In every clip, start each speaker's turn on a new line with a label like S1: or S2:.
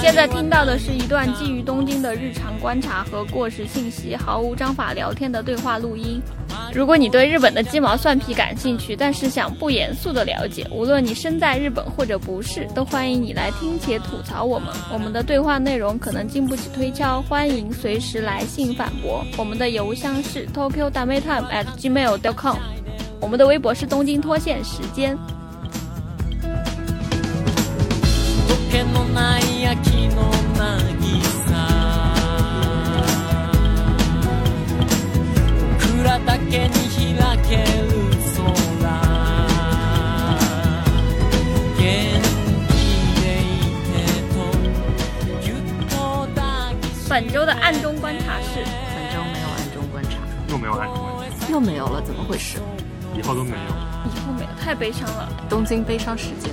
S1: 现在听到的是一段基于东京的日常观察和过时信息，毫无章法聊天的对话录音。如果你对日本的鸡毛蒜皮感兴趣，但是想不严肃的了解，无论你身在日本或者不是，都欢迎你来听且吐槽我们。我们的对话内容可能经不起推敲，欢迎随时来信反驳。我们的邮箱是 tokyo d a m e t i m e at gmail dot com，我们的微博是东京脱线时间。
S2: 溶けのない秋の渚僕らだけに開ける空元気でいてとぎゅっと抱きしめ
S1: 本周的暗中观察是，
S3: 本周没有暗中观察，
S4: 又没有安全问
S3: 又没有了，怎么回事？
S4: 题，以后都没有。
S1: 以后没有太悲伤了。
S3: 东京悲伤事件，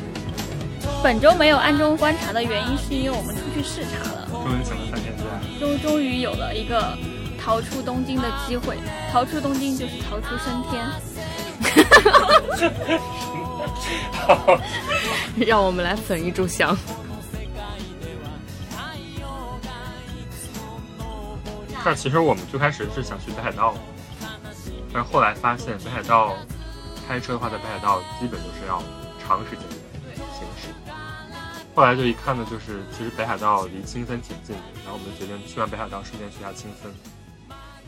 S1: 本周没有暗中观察的原因是因为我们出去视察了，
S4: 终于请了三天假，
S1: 终终于有了一个逃出东京的机会。逃出东京就是逃出升天。
S3: 让我们来粉一炷香。
S4: 但其实我们最开始是想去北海道，但后来发现北海道开车的话，在北海道基本就是要长时间行驶。后来就一看呢，就是其实北海道离青森挺近的，然后我们就决定去完北海道顺便去一下青森，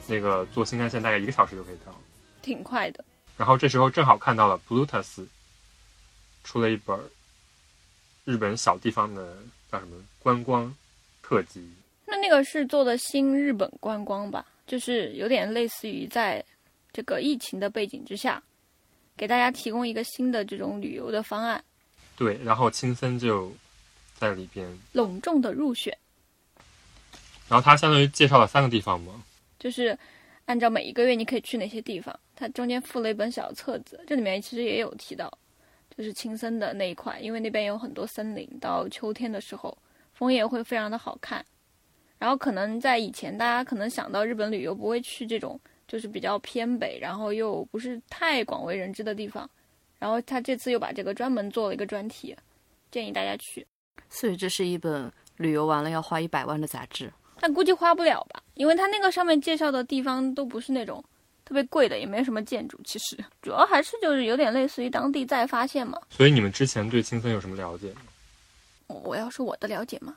S4: 那个坐新干线大概一个小时就可以到。
S1: 挺快的。
S4: 然后这时候正好看到了布鲁特斯出了一本日本小地方的叫什么观光特辑，
S1: 那那个是做的新日本观光吧，就是有点类似于在这个疫情的背景之下，给大家提供一个新的这种旅游的方案，
S4: 对，然后青森就在里边，
S1: 隆重的入选，
S4: 然后它相当于介绍了三个地方嘛，
S1: 就是按照每一个月你可以去哪些地方，它中间附了一本小册子，这里面其实也有提到，就是青森的那一块，因为那边有很多森林，到秋天的时候枫叶会非常的好看。然后可能在以前，大家可能想到日本旅游不会去这种就是比较偏北，然后又不是太广为人知的地方。然后他这次又把这个专门做了一个专题，建议大家去，
S3: 所以这是一本旅游完了要花一百万的杂志。
S1: 但估计花不了吧，因为他那个上面介绍的地方都不是那种特别贵的，也没什么建筑，其实主要还是就是有点类似于当地再发现嘛。
S4: 所以你们之前对青森有什么了解吗？
S1: 我我要说我的了解嘛，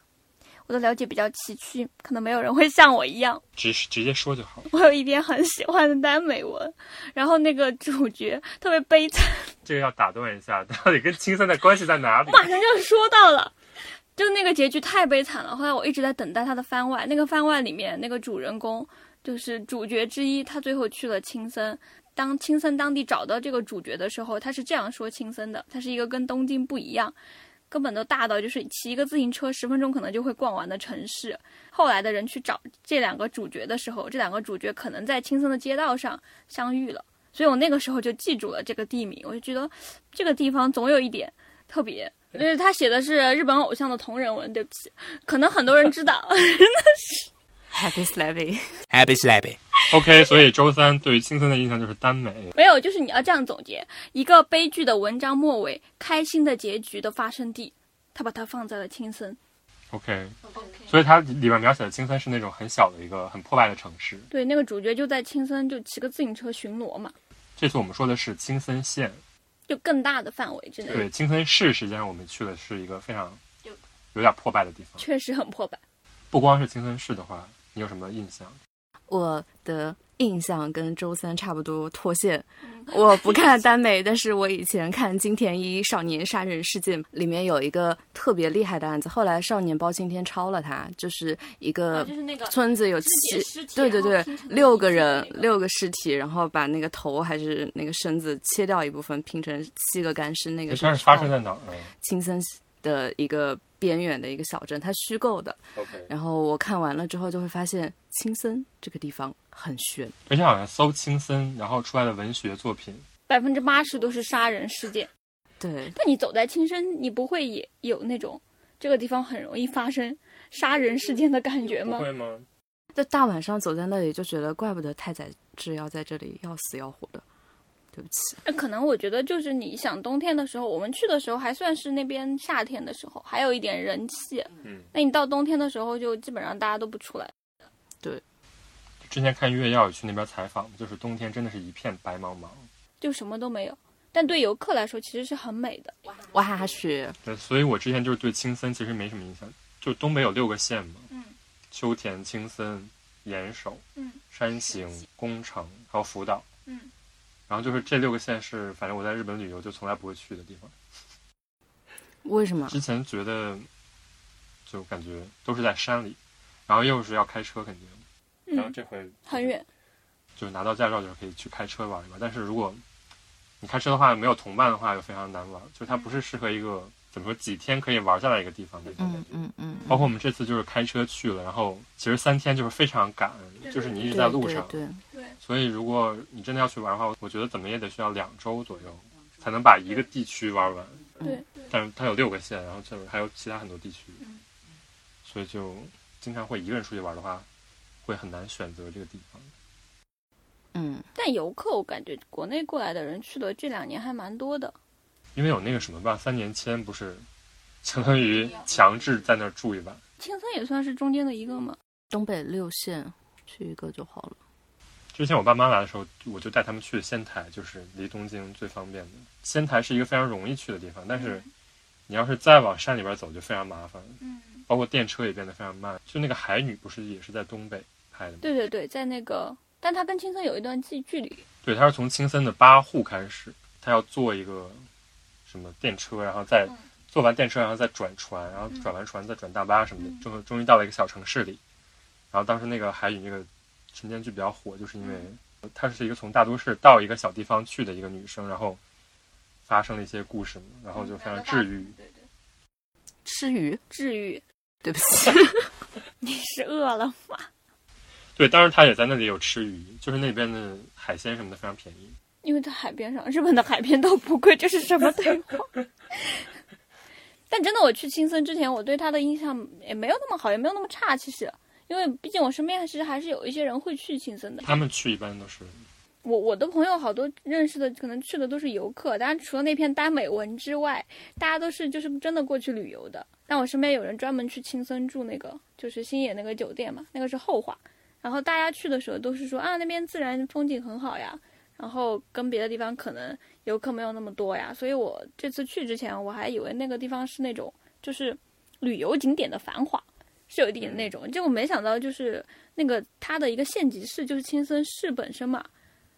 S1: 我的了解比较崎岖，可能没有人会像我一样。
S4: 直直接说就好。
S1: 我有一篇很喜欢的耽美文，然后那个主角特别悲惨，
S4: 这个要打断一下， 到底跟青森的关系在哪里？
S1: 马上就说到了，就那个结局太悲惨了。后来我一直在等待他的番外，那个番外里面那个主人公就是主角之一，他最后去了青森。当青森当地找到这个主角的时候，他是这样说青森的：它是一个跟东京不一样，根本都大到就是骑一个自行车十分钟可能就会逛完的城市。后来的人去找这两个主角的时候，这两个主角可能在青森的街道上相遇了，所以我那个时候就记住了这个地名，我就觉得这个地方总有一点特别。因为他写的是日本偶像的同人文，对不起，可能很多人知道。
S3: Happy Slappy，
S5: Happy Slappy。
S4: OK，所以周三对于青森的印象就是耽美，
S1: 没有，就是你要这样总结：一个悲剧的文章末尾，开心的结局的发生地，他把它放在了青森。
S4: OK，所以它里面描写的青森是那种很小的一个很破败的城市。
S1: 对，那个主角就在青森，就骑个自行车巡逻嘛，
S4: 这次我们说的是青森县，
S1: 就更大的范围之内，
S4: 对，青森市实际上我们去的是一个非常有点破败的地方。
S1: 确实很破败。
S4: 不光是青森市的话，你有什么印象？
S3: 我的印象跟周三差不多脱线。
S1: 嗯
S3: 我不看耽美，但是我以前看金田一少年杀人事件里面有一个特别厉害的案子，后来少年包青天抄了他，就是一个
S1: 啊就是那个
S3: 村子有
S1: 肢解
S3: 七
S1: 尸，体
S3: 对对
S1: 然后
S3: 对
S1: 拼成，
S3: 六个人
S1: 一个
S3: 六个尸体，然后把那个头还是那个身子切掉一部分拼成七个干尸，那
S4: 这
S3: 个
S4: 事儿发生
S3: 在
S4: 在哪儿呢
S3: 青森的一个边缘的一个小镇，它虚构的。
S4: ？OK，
S3: 然后我看完了之后就会发现青森这个地方很悬，
S4: 而且好像搜青森，然后出来的文学作品，
S1: 百分之八十都是杀人事件。
S3: 对，
S1: 但你走在青森，你不会也有那种这个地方很容易发生杀人事件的感觉吗？
S4: 吗？
S3: 就大晚上走在那里就觉得怪不得太宰治要在这里要死要活的，对不起。
S1: 那可能我觉得就是你想冬天的时候，我们去的时候还算是那边夏天的时候，还有一点人气。
S4: 嗯，
S1: 那你到冬天的时候，就基本上大家都不出来。
S4: 之前看月曜去那边采访，就是冬天真的是一片白茫茫。
S1: 就什么都没有。但对游客来说，其实是很美的。
S3: 哇雪，
S4: 对，所以我之前就是对青森其实没什么印象，就东北有六个县嘛，
S1: 嗯，
S4: 秋田、青森、岩手、
S1: 嗯、
S4: 山形、宫城还有福岛，
S1: 嗯，
S4: 然后就是这六个县是，反正我在日本旅游就从来不会去的地方。
S3: 为什么？
S4: 之前觉得，就感觉都是在山里，然后又是要开车肯定，然后
S1: 嗯，
S4: 这回
S1: 很，远。
S4: 就是拿到驾照就是可以去开车玩一玩。但是如果你开车的话，没有同伴的话，就非常难玩，就是它不是适合一个怎么说几天可以玩下来一个地方的那种感
S3: 嗯
S4: 觉。
S3: 嗯嗯，
S4: 包括我们这次就是开车去了，然后其实三天就是非常赶，就是你一直在路上，
S3: 对对对
S4: 所以如果你真的要去玩的话，我觉得怎么也得需要两周左右才能把一个地区玩完。
S1: 对，
S4: 但是它有六个县，然后这边还有其他很多地区，所以就经常会一个人出去玩的话，会很难选择这个地方。
S3: 嗯，
S1: 但游客我感觉国内过来的人去的这两年还蛮多的。
S4: 因为有那个什么吧，三年签不是相当于强制在那儿住一晚，
S1: 青森也算是中间的一个嘛。
S3: 东北六县去一个就好了。
S4: 之前我爸妈来的时候，我就带他们去仙台，就是离东京最方便的。仙台是一个非常容易去的地方，但是你要是再往山里边走就非常麻烦，
S1: 嗯，
S4: 包括电车也变得非常慢。就那个海女不是也是在东北拍的吗？
S1: 对对对，在那个，但它跟青森有一段距距离。
S4: 对，它是从青森的八户开始，它要坐一个什么电车，然后再
S1: 嗯
S4: 坐完电车，然后再转船，然后转完船再转大巴什么的，终于终于到了一个小城市里。然后当时那个海宇那个晨间剧比较火，就是因为她是一个从大都市到一个小地方去的一个女生，然后发生了一些故事嘛，
S1: 嗯
S4: 然后就非常治愈。
S3: 吃鱼，
S1: 治愈，
S3: 对不 起，
S1: 你是饿了吗？
S4: 对，当时她也在那里有吃鱼，就是那边的海鲜什么的非常便宜。
S1: 因为在海边上，日本的海边都不贵，这是什么对话？但真的，我去青森之前，我对它的印象也没有那么好，也没有那么差。其实，因为毕竟我身边还是还是有一些人会去青森的。
S4: 他们去一般都是
S1: 我我的朋友好多认识的，可能去的都是游客，当然除了那片耽美文之外，大家都是就是真的过去旅游的。但我身边有人专门去青森住那个就是星野那个酒店嘛，那个是后话。然后大家去的时候都是说啊那边自然风景很好呀，然后跟别的地方可能游客没有那么多呀，所以我这次去之前我还以为那个地方是那种就是旅游景点的繁华，是有一点那种，结果没想到就是那个它的一个县级市就是青森市本身嘛，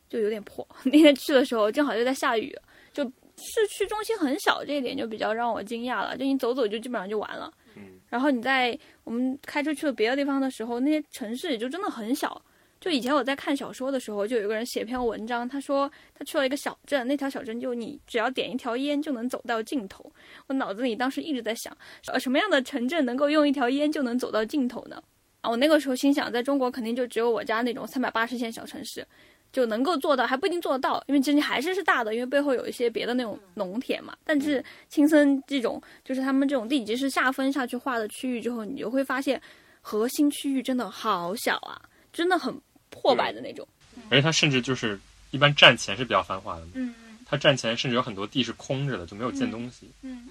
S1: 就有点破。 那天去的时候正好就在下雨，就市区中心很小，这一点就比较让我惊讶了。就你走走就基本上就完了。
S4: 嗯，
S1: 然后你在我们开车去了别的地方的时候，那些城市也就真的很小。就以前我在看小说的时候，就有一个人写篇文章，他说他去了一个小镇，那条小镇就你只要点一条烟就能走到尽头。我脑子里当时一直在想，呃，什么样的城镇能够用一条烟就能走到尽头呢？啊，我那个时候心想，在中国肯定就只有我家那种三百八十线小城市，就能够做到，还不一定做得到，因为其实还是是大的，因为背后有一些别的那种农田嘛。但是青森这种，就是他们这种地级市下分下去划的区域之后，你就会发现核心区域真的好小啊，真的很破败的那种。
S4: 而且它甚至就是一般站前是比较繁华的嘛。
S1: 嗯
S4: 它站前甚至有很多地是空着的，就没有建东西。
S1: 嗯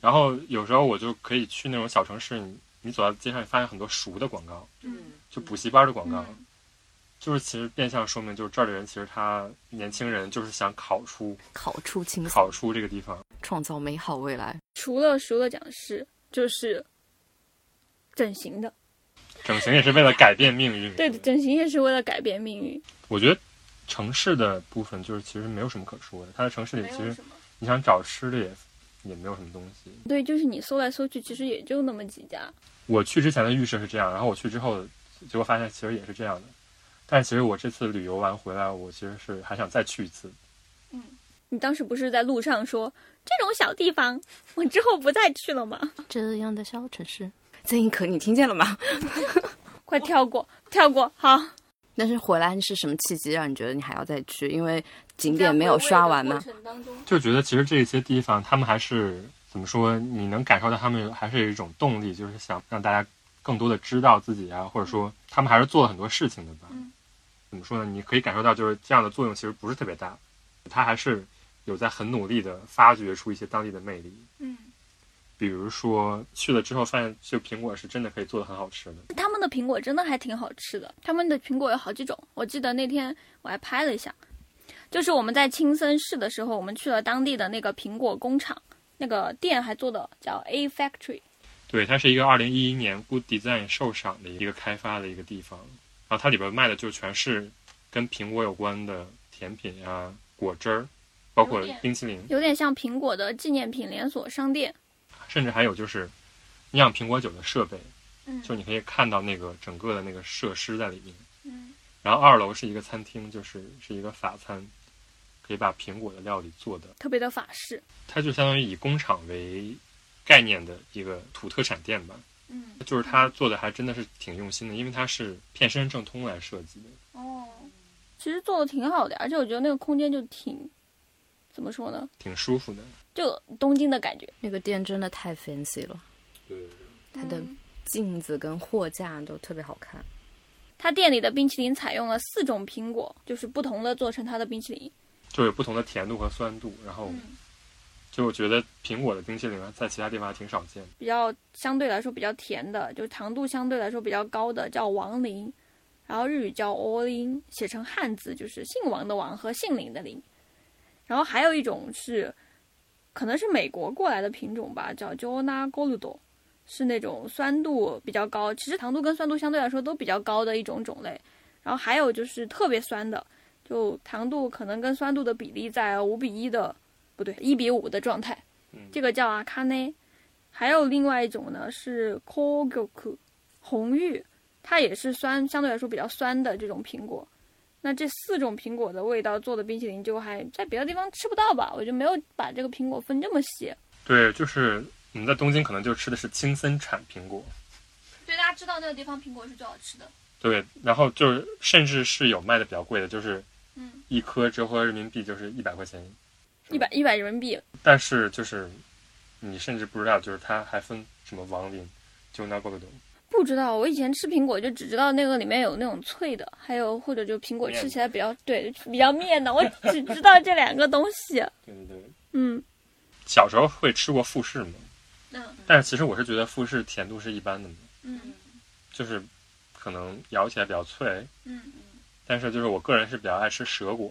S4: 然后有时候我就可以去那种小城市，你你走到街上，你发现很多熟的广告，
S1: 嗯
S4: 就补习班的广告，
S1: 嗯
S4: 就是其实变相说明，就是这儿的人其实他年轻人就是想考出
S3: 烤出青草，
S4: 考出这个地方。
S3: 创造美好未来。
S1: 除了除了讲师，就是整形的，
S4: 整形也是为了改变命 运。
S1: 对，整形也是为了改变命运。
S4: 我觉得城市的部分就是其实没有什么可说的，它在城市里其实
S1: 么。
S4: 你想找吃的也也没有什么东西。
S1: 对，就是你搜来搜去，其实也就那么几家。
S4: 我去之前的预设是这样，然后我去之后，结果发现其实也是这样的。但是其实我这次旅游完回来，我其实是还想再去一次。
S1: 你当时不是在路上说这种小地方，我之后不再去了吗？
S3: 这样的小城市， 曾轶可，你听见了吗？
S1: 快跳过，跳过，好。
S3: 但是回来是什么契机让你觉得你还要再去？因为景点没有刷完嘛。？
S4: 就觉得其实这些地方，他们还是怎么说？你能感受到他们还是有一种动力，就是想让大家更多的知道自己啊，或者说他们还是做了很多事情的吧。
S1: 嗯
S4: 怎么说呢？你可以感受到，就是这样的作用其实不是特别大。他还是有在很努力的发掘出一些当地的魅力。
S1: 嗯，
S4: 比如说去了之后发现，就苹果是真的可以做的很好吃的。
S1: 他们的苹果真的还挺好吃的，他们的苹果有好几种，我记得那天我还拍了一下。就是我们在青森市的时候，我们去了当地的那个苹果工厂，那个店还做的叫 A Factory。
S4: 对，它是一个二零一一年 Good Design 受赏的一个开发的一个地方，然后它里边卖的就全是跟苹果有关的甜品啊、果汁儿，包括
S1: 有点
S4: 冰淇淋，
S1: 有点像苹果的纪念品连锁商店。
S4: 甚至还有就是酿苹果酒的设备，
S1: 嗯
S4: 就你可以看到那个整个的那个设施在里面。
S1: 嗯
S4: 然后二楼是一个餐厅，就是是一个法餐，可以把苹果的料理做的，
S1: 特别的法式。
S4: 它就相当于以工厂为概念的一个土特产店吧。
S1: 嗯
S4: 就是它做的还真的是挺用心的，因为它是片身正通来设计的。
S1: 哦，其实做的挺好的，而且我觉得那个空间就挺，怎么说呢，
S4: 挺舒服的。
S1: 就东京的感觉。
S3: 那个店真的太 fancy 了，
S4: 对，
S3: 它的
S1: 嗯
S3: 镜子跟货架都特别好看。
S1: 他店里的冰淇淋采用了四种苹果，就是不同的做成它的冰淇淋。
S4: 就有不同的甜度和酸度，然后
S1: 嗯
S4: 就我觉得苹果的冰淇淋啊在其他地方还挺少见的。
S1: 比较相对来说比较甜的，就是糖度相对来说比较高的叫王林，然后日语叫 all in，写成汉字就是姓王的王和姓林的林。然后还有一种是，可能是美国过来的品种吧，叫 Jona Gold，是那种酸度比较高，其实糖度跟酸度相对来说都比较高的一种种类。然后还有就是特别酸的，就糖度可能跟酸度的比例在五比一的，不对，一比五的状态
S4: 嗯。
S1: 这个叫阿卡内，还有另外一种呢是 kogoku 红玉，它也是酸，相对来说比较酸的这种苹果。那这四种苹果的味道做的冰淇淋，就还在别的地方吃不到吧？我就没有把这个苹果分这么细。
S4: 对，就是我们在东京可能就吃的是青森产苹果，
S1: 所以大家知道那个地方苹果是最好吃的。
S4: 对，然后就是甚至是有卖的比较贵的，就是
S1: 嗯，
S4: 一颗折合人民币就是一百块钱，
S1: 一百一百人民币，
S4: 但是就是你甚至不知道，就是它还分什么王林、就那够的东
S1: 不知道。我以前吃苹果就只知道那个里面有那种脆的，还有或者就苹果
S4: 面的
S1: 吃起来比较对比较面的，我只知道这两个东西。
S4: 对对对，
S1: 嗯
S4: 小时候会吃过富士嘛，
S1: 嗯
S4: 但是其实我是觉得富士甜度是一般的嘛，
S1: 嗯
S4: 就是可能咬起来比较脆，
S1: 嗯，
S4: 但是就是我个人是比较爱吃蛇果，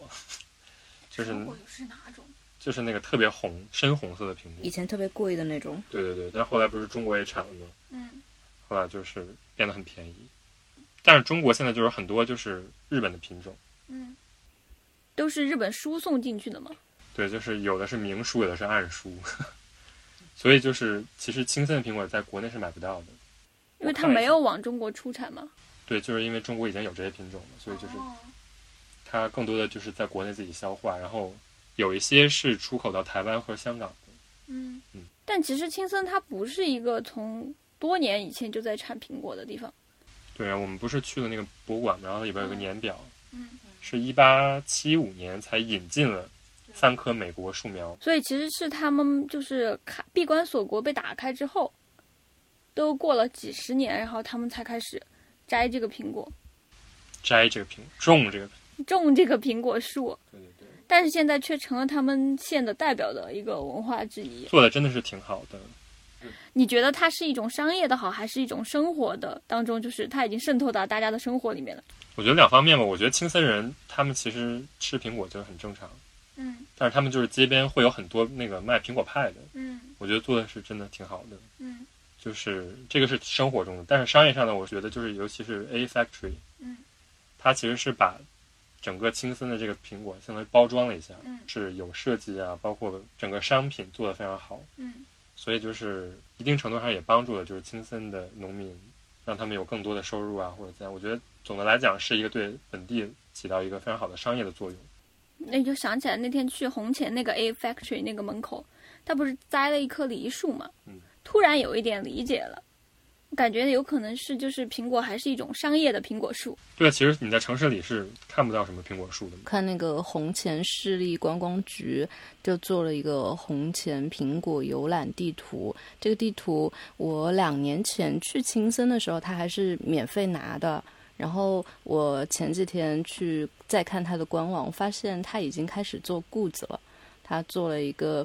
S4: 就是
S1: 是哪种？
S4: 就是那个特别红深红色的苹
S3: 以
S4: 果。
S3: 前特别贵的那种，
S4: 对对对，但后来不是中国也产了吗？
S1: 嗯。
S4: 后来就是变得很便宜。但是中国现在就是很多就是日本的品种，
S1: 嗯，都是日本输送进去的嘛。
S4: 对，就是有的是明书，有的是暗书， 所以就是其实青森的苹果在国内是买不到的。
S1: 因为它没有往中国出产嘛。
S4: 对，就是因为中国已经有这些品种了，所以就是
S1: 哦
S4: 它更多的就是在国内自己消化，然后有一些是出口到台湾和香港的。
S1: 嗯
S4: 嗯
S1: 但其实青森它不是一个从多年以前就在产苹果的地方。
S4: 对，我们不是去了那个博物馆嘛，然后里边有个年表，
S1: 嗯，
S4: 是一八七五年才引进了三棵美国树苗。
S1: 所以其实是他们就是开闭关锁国被打开之后，都过了几十年，然后他们才开始摘这个苹果，
S4: 摘这个苹，种这个苹。
S1: 种这个苹果树。
S4: 对对对，
S1: 但是现在却成了他们县的代表的一个文化之一。
S4: 做的真的是挺好的。
S1: 你觉得它是一种商业的好，还是一种生活的当中，就是它已经渗透到大家的生活里面了？
S4: 我觉得两方面吧，我觉得青森人他们其实吃苹果就是很正常，
S1: 嗯
S4: 但是他们就是街边会有很多那个卖苹果派的，
S1: 嗯
S4: 我觉得做的是真的挺好的。
S1: 嗯
S4: 就是这个是生活中的，但是商业上呢，我觉得就是尤其是 A Factory，
S1: 嗯，
S4: 它其实是把整个青森的这个苹果相当于包装了一下，
S1: 嗯
S4: 是有设计啊，包括整个商品做得非常好，
S1: 嗯
S4: 所以就是一定程度上也帮助了就是青森的农民，让他们有更多的收入啊或者怎样。我觉得总的来讲是一个对本地起到一个非常好的商业的作用。
S1: 那你就想起来那天去红前那个 A Factory 那个门口，他不是栽了一棵梨树嘛？
S4: 嗯，
S1: 突然有一点理解了，感觉有可能是就是苹果还是一种商业的苹果树。
S4: 对，啊其实你在城市里是看不到什么苹果树的嘛。
S3: 看那个红前市立观光局就做了一个红前苹果游览地图。这个地图我两年前去青森的时候，它还是免费拿的。然后我前几天去再看它的官网，发现它已经开始做顾子了，它做了一个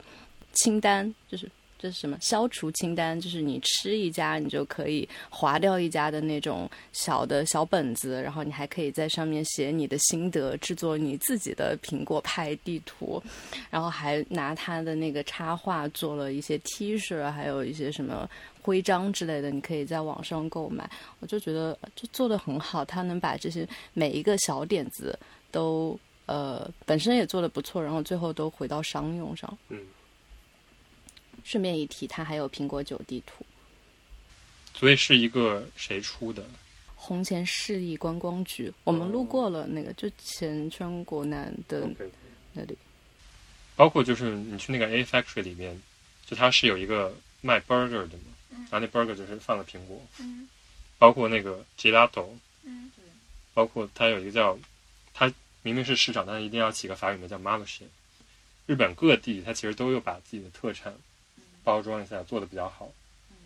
S3: 清单，就是。这是什么消除清单？就是你吃一家，你就可以划掉一家的那种小的小本子，然后你还可以在上面写你的心得，制作你自己的苹果派地图，然后还拿它的那个插画做了一些 T 恤，还有一些什么徽章之类的，你可以在网上购买。我就觉得呃就做的很好，他能把这些每一个小点子都呃本身也做的不错，然后最后都回到商用上。
S4: 嗯，
S3: 顺便一提，它还有苹果九地图。
S4: 所以是一个谁出的？
S3: 红前市立观光局，我们路过了那个，就前川国南的
S4: OK
S3: 嗯那里。
S4: 包括就是你去那个 A Factory 里面，就它是有一个卖 burger 的嘛，然后那 burger 就是放了苹果，
S1: 嗯
S4: 包括那个 gelato，
S1: 嗯
S4: 包括它有一个叫，它明明是市场，但是一定要起个法语名叫 market。日本各地它其实都有把自己的特产包装一下，做的比较好，
S1: 嗯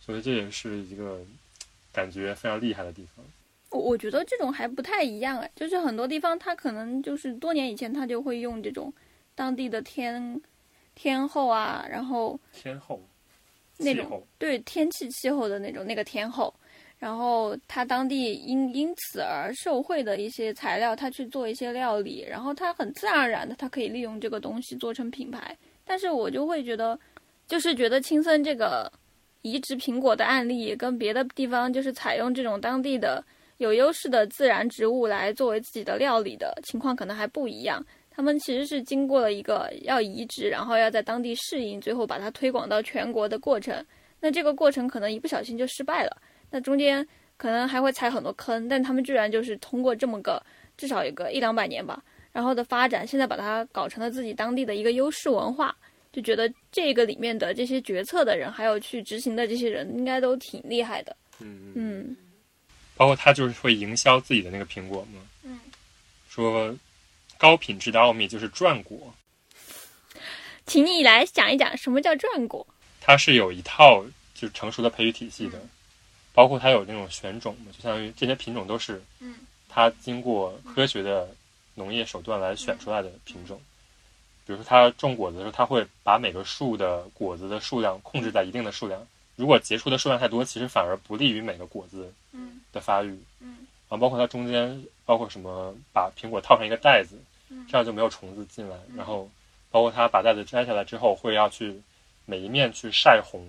S4: 所以这也是一个感觉非常厉害的地方。
S1: 我我觉得这种还不太一样哎，就是很多地方它可能就是多年以前它就会用这种当地的天天后啊，然后
S4: 天后，
S1: 那
S4: 气
S1: 种
S4: 候
S1: 对天气气候的那种那个天后，然后他当地因因此而受惠的一些材料，他去做一些料理，然后他很自然而然的，他可以利用这个东西做成品牌。但是我就会觉得，就是觉得青森这个移植苹果的案例跟别的地方就是采用这种当地的有优势的自然植物来作为自己的料理的情况可能还不一样。他们其实是经过了一个要移植，然后要在当地适应，最后把它推广到全国的过程。那这个过程可能一不小心就失败了，那中间可能还会踩很多坑，但他们居然就是通过这么个至少有个一两百年吧，然后的发展，现在把它搞成了自己当地的一个优势文化，就觉得这个里面的这些决策的人，还有去执行的这些人，应该都挺厉害的。
S4: 嗯
S1: 嗯
S4: 包括他就是会营销自己的那个苹果嘛，
S1: 嗯，
S4: 说高品质的奥秘就是转果，
S1: 请你来讲一讲什么叫转果。
S4: 它是有一套就是成熟的培育体系的，包括它有那种选种嘛，就相当于这些品种都是
S1: 嗯
S4: 它经过科学的农业手段来选出来的品种。比如说，它种果子的时候，它会把每个树的果子的数量控制在一定的数量。如果结出的数量太多，其实反而不利于每个果子
S1: 嗯
S4: 的发育。
S1: 嗯
S4: 啊，包括它中间包括什么，把苹果套上一个袋子，
S1: 嗯
S4: 这样就没有虫子进来。然后，包括它把袋子摘下来之后，会要去每一面去晒红，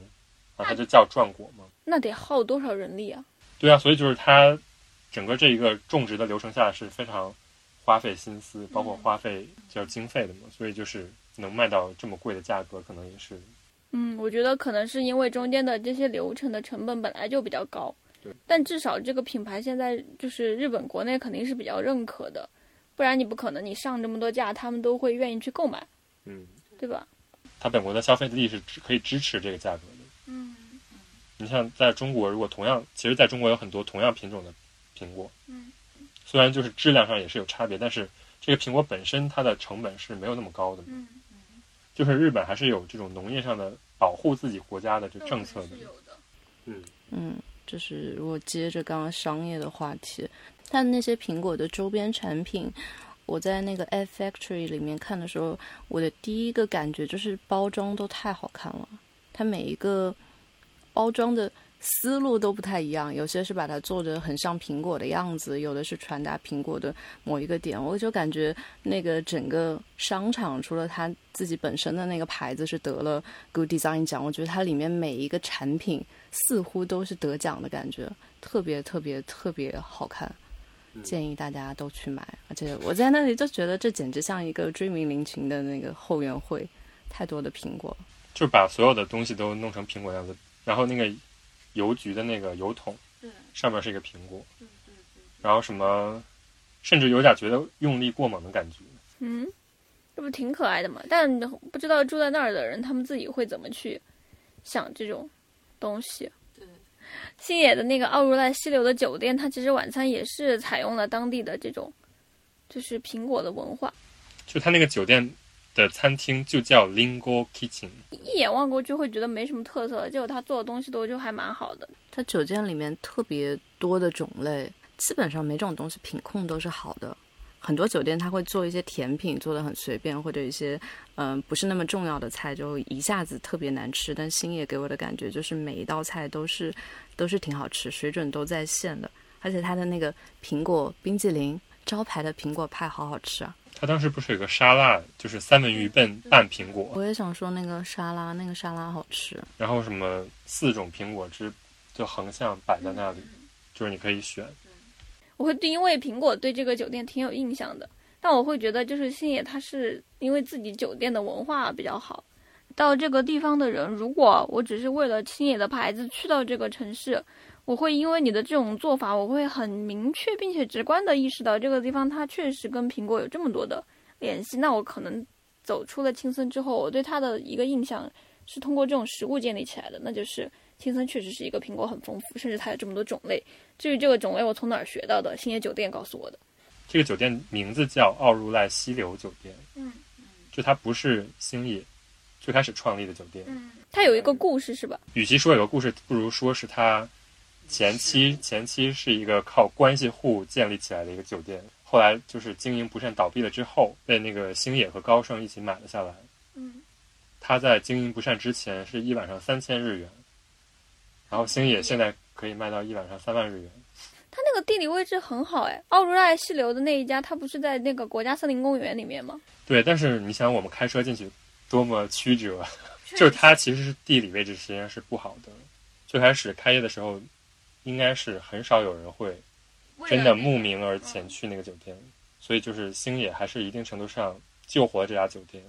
S4: 啊，它就叫转果嘛。
S1: 那得耗多少人力啊？
S4: 对啊，所以就是它整个这一个种植的流程下来是非常花费心思，包
S1: 嗯
S4: 括花费就是经费的嘛，所以就是能卖到这么贵的价格，可能也是
S1: 嗯，我觉得可能是因为中间的这些流程的成本本来就比较高
S4: 对，
S1: 但至少这个品牌现在就是日本国内肯定是比较认可的，不然你不可能你上这么多架，他们都会愿意去购买，
S4: 嗯，
S1: 对吧？
S4: 它本国的消费力是支可以支持这个价格的。
S1: 嗯
S4: 你像在中国，如果同样，其实在中国有很多同样品种的苹果，
S1: 嗯，
S4: 虽然就是质量上也是有差别，但是这个苹果本身它的成本是没有那么高的，
S1: 嗯，
S4: 就是日本还是有这种农业上的保护自己国家的这政策的，
S1: 的。
S4: 嗯，
S3: 嗯，就是如果接着刚刚商业的话题，它那些苹果的周边产品，我在那个 F Factory 里面看的时候，我的第一个感觉就是包装都太好看了，它每一个包装的思路都不太一样，有些是把它做的很像苹果的样子，有的是传达苹果的某一个点，我就感觉那个整个商场除了它自己本身的那个牌子是得了 Good Design 奖，我觉得它里面每一个产品。似乎都是得奖的感觉，特别特别特别好看，建议大家都去买。而且我在那里就觉得这简直像一个追名林群的那个后援会，太多的苹果了。
S4: 就把所有的东西都弄成苹果样子，然后那个邮局的那个邮筒，上面是一个苹果，然后什么，甚至有点觉得用力过猛的感觉，
S1: 嗯，这不挺可爱的嘛？但不知道住在那儿的人，他们自己会怎么去想这种东西。星野的那个奥如来溪流的酒店，它其实晚餐也是采用了当地的这种，就是苹果的文化。
S4: 就它那个酒店的餐厅就叫 Lingo Kitchen，
S1: 一眼望过去会觉得没什么特色，结果他做的东西都就还蛮好的。
S3: 它酒店里面特别多的种类，基本上每种东西品控都是好的。很多酒店它会做一些甜品，做的很随便，或者一些嗯、不是那么重要的菜，就一下子特别难吃。但星野给我的感觉就是每一道菜都是都是挺好吃，水准都在线的。而且它的那个苹果冰激凌，招牌的苹果派好好吃啊！
S4: 他当时不是有个沙拉，就是三文鱼拌拌苹果，
S3: 我也想说那个沙拉，那个沙拉好吃。啊
S4: 然后什么四种苹果汁就横向摆在那里，
S1: 嗯
S4: 就是你可以选。
S1: 我会因为苹果对这个酒店挺有印象的，但我会觉得就是星野他是因为自己酒店的文化比较好，到这个地方的人，如果我只是为了星野的牌子去到这个城市，我会因为你的这种做法，我会很明确并且直观的意识到这个地方它确实跟苹果有这么多的联系。那我可能走出了青森之后，我对它的一个印象是通过这种食物建立起来的，那就是青森确实是一个苹果很丰富，甚至它有这么多种类。至于这个种类我从哪儿学到的，星野酒店告诉我的。
S4: 这个酒店名字叫奥如赖溪流酒店，
S1: 嗯，
S4: 就它不是星野最开始创立的酒店。
S1: 它有一个故事是吧？
S4: 与其说有个故事，不如说是他前期前期是一个靠关系户建立起来的一个酒店，后来就是经营不善倒闭了之后，被那个星野和高盛一起买了下来。
S1: 嗯，
S4: 他在经营不善之前是一晚上三千日元，然后星野现在可以卖到一晚上三万日元。
S1: 它那个地理位置很好哎，奥如赖溪流的那一家，它不是在那个国家森林公园里面吗？
S4: 对，但是你想，我们开车进去多么曲折，啊 就是它其实是地理位置实际上是不好的。最开始开业的时候，应该是很少有人会真的慕名而前去那个酒店，所以就是星野还是一定程度上救活了这家酒店。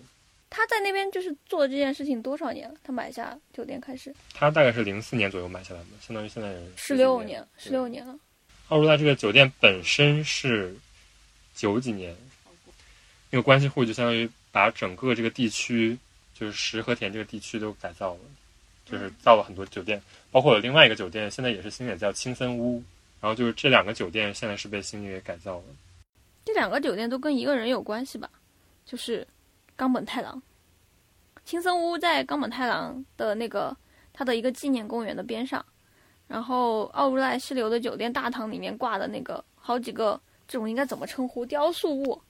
S1: 他在那边就是做这件事情多少年了？他买下酒店开始
S4: 它大概是零四年左右买下来的，相当于现在人
S1: 十六
S4: 年
S1: 年，，十六。年了。
S4: 奥如拉这个酒店本身是九几年，那个关系户就相当于把整个这个地区，就是石和田这个地区都改造了，就是造了很多酒店，包括有另外一个酒店，现在也是星野叫青森屋，然后就是这两个酒店现在是被星野给改造了。
S1: 这两个酒店都跟一个人有关系吧？就是冈本太郎。青森屋在冈本太郎的那个他的一个纪念公园的边上，然后奥如赖溪流的酒店大堂里面挂的那个好几个这种应该怎么称呼雕塑物、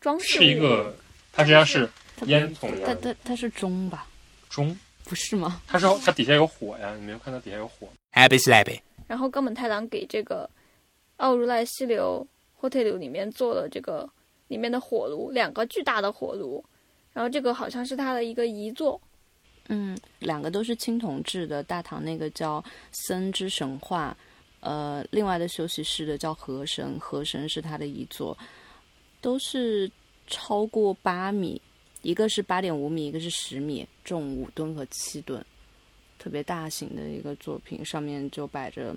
S1: 装饰物，
S4: 是一个，它实际上是
S3: 它
S4: 烟囱
S3: 它
S4: 的
S3: 它它是钟吧？
S4: 钟，
S3: 不是吗？
S4: 它是它底下有火呀，你没有看到底下有火吗？
S2: Happy slappy.
S1: 然后冈本太郎给这个奥如赖溪流 hotel 里面做了这个里面的火炉，两个巨大的火炉，然后这个好像是他的一个遗作，
S3: 嗯，两个都是青铜制的，大唐那个叫森之神话，呃，另外的休息室的叫河神，河神是他的遗作，都是超过八米，一个是八点五米，一个是十米，重五吨和七吨，特别大型的一个作品，上面就摆着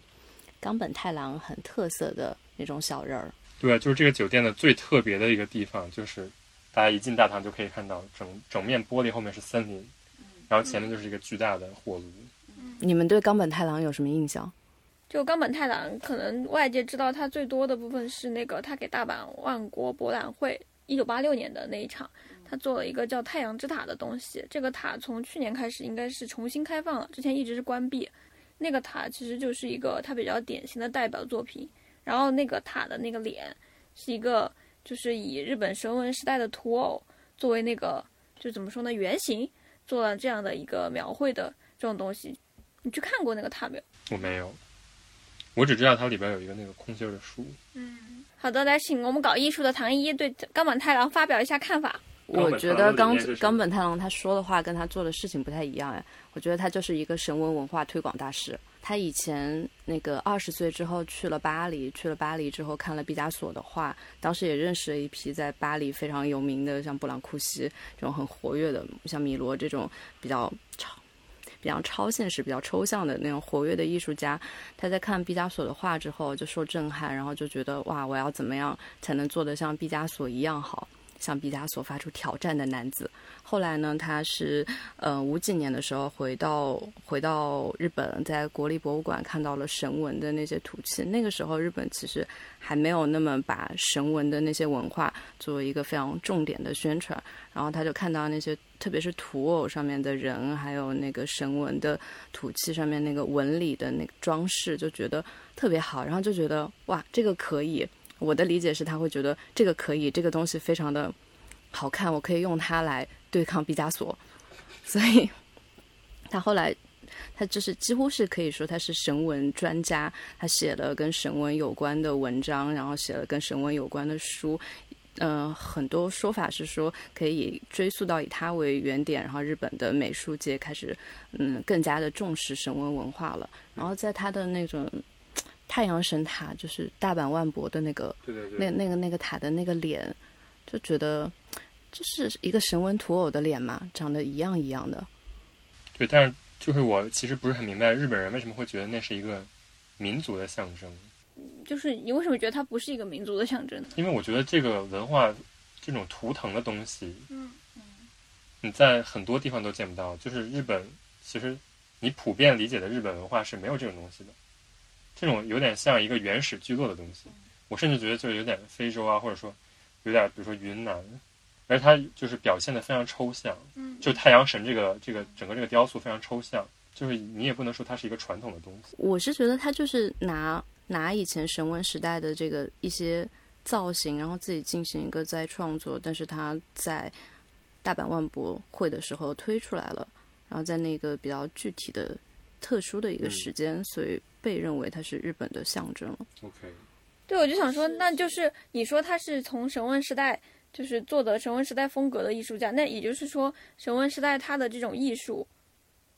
S3: 冈本太郎很特色的那种小人儿。
S4: 对，啊就是这个酒店的最特别的一个地方，就是大家一进大堂就可以看到整整面玻璃后面是森林，然后前面就是一个巨大的火炉。
S3: 你们对冈本太郎有什么印象？
S1: 就冈本太郎，可能外界知道他最多的部分是那个他给大阪万国博览会一九八六年的那一场，他做了一个叫太阳之塔的东西。这个塔从去年开始应该是重新开放了，之前一直是关闭。那个塔其实就是一个他比较典型的代表作品。然后那个塔的那个脸是一个，就是以日本神文时代的图偶作为那个就怎么说呢原型，做了这样的一个描绘的这种东西。你去看过那个塔没有？
S4: 我没有，我只知道它里边有一个那个空心儿的书。
S1: 好的，来请我们搞艺术的唐一对冈本太郎发表一下看法。
S3: 我觉得
S4: 冈
S3: 冈
S4: 本太郎的
S3: 冈本太郎
S4: 理念是什么
S3: 他说的话跟他做的事情不太一样哎，我觉得他就是一个神文文化推广大使。他以前那个二十岁之后去了巴黎，去了巴黎之后看了毕加索的画，当时也认识了一批在巴黎非常有名的，像布朗库西这种很活跃的，像米罗这种比较超、比较超现实、比较抽象的那种活跃的艺术家。他在看毕加索的画之后就受震撼，然后就觉得哇，我要怎么样才能做得像毕加索一样好？向毕加索发出挑战的男子。后来呢，他是呃五几年的时候回到回到日本，在国立博物馆看到了神文的那些图契。那个时候，日本其实还没有那么把神文的那些文化作为一个非常重点的宣传。然后他就看到那些特别是土偶上面的人，还有那个神文的土器上面那个纹理的那个装饰，就觉得特别好，然后就觉得哇，这个可以。我的理解是，他会觉得这个可以，这个东西非常的好看，我可以用它来对抗毕加索，所以他后来他就是几乎是可以说他是神文专家，他写了跟神文有关的文章，然后写了跟神文有关的书。嗯、很多说法是说可以追溯到以他为原点，然后日本的美术界开始嗯更加的重视神文文化了。然后在他的那种太阳神塔，就是大阪万博的那个
S4: 对对
S3: 那那个那个塔的那个脸，就觉得就是一个神文土偶的脸嘛，长得一样一样的。
S4: 对，但是就是我其实不是很明白日本人为什么会觉得那是一个民族的象征，
S1: 就是你为什么觉得它不是一个民族的象征呢？
S4: 因为我觉得这个文化这种图腾的东西，
S1: 嗯，
S4: 你在很多地方都见不到。就是日本，其实你普遍理解的日本文化是没有这种东西的，这种有点像一个原始聚落的东
S3: 嗯
S4: 西。我甚至觉得就是有点非洲啊，或者说有点比如说云南，而它就是表现的非常抽象。
S1: 嗯
S4: 就太阳神这个这个整个这个雕塑非常抽象，就是你也不能说它是一个传统的东西。
S3: 我是觉得他就是拿拿以前神文时代的这个一些造型，然后自己进行一个再创作，但是他在大阪万博会的时候推出来了，然后在那个比较具体的、特殊的一个
S4: 嗯
S3: 时间，所以被认为它是日本的象征了。
S4: OK，
S1: 对，我就想说，那就是你说他是从神问时代就是做的神问时代风格的艺术家，那也就是说，神问时代他的这种艺术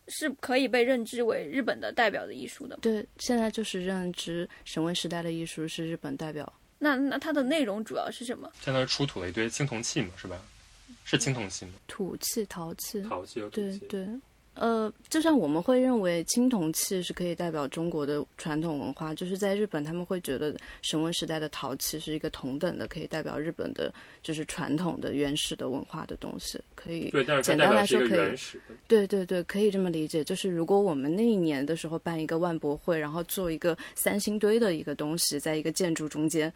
S1: 是可以被认知为日本的代表的艺术的吗。
S3: 对，现在就是认知神文时代的艺术是日本代表。
S1: 那那它的内容主要是什么？
S4: 相当于出土了一堆青铜器嘛，是吧？是青铜器吗？
S3: 土器、陶器，
S4: 陶器和
S3: 对对，呃，就像我们会认为青铜器是可以代表中国的传统文化，就是在日本他们会觉得神文时代的陶器是一个同等的，可以代表日本的就是传统的原始的文化的东西，可以
S4: 对，但是它
S3: 简
S4: 代
S3: 单
S4: 表
S3: 来
S4: 是一
S3: 说
S4: 个
S3: 可以
S4: 原始的，
S3: 对对对，可以这么理解。就是如果我们那一年的时候办一个万博会，然后做一个三星堆的一个东西，在一个建筑中间，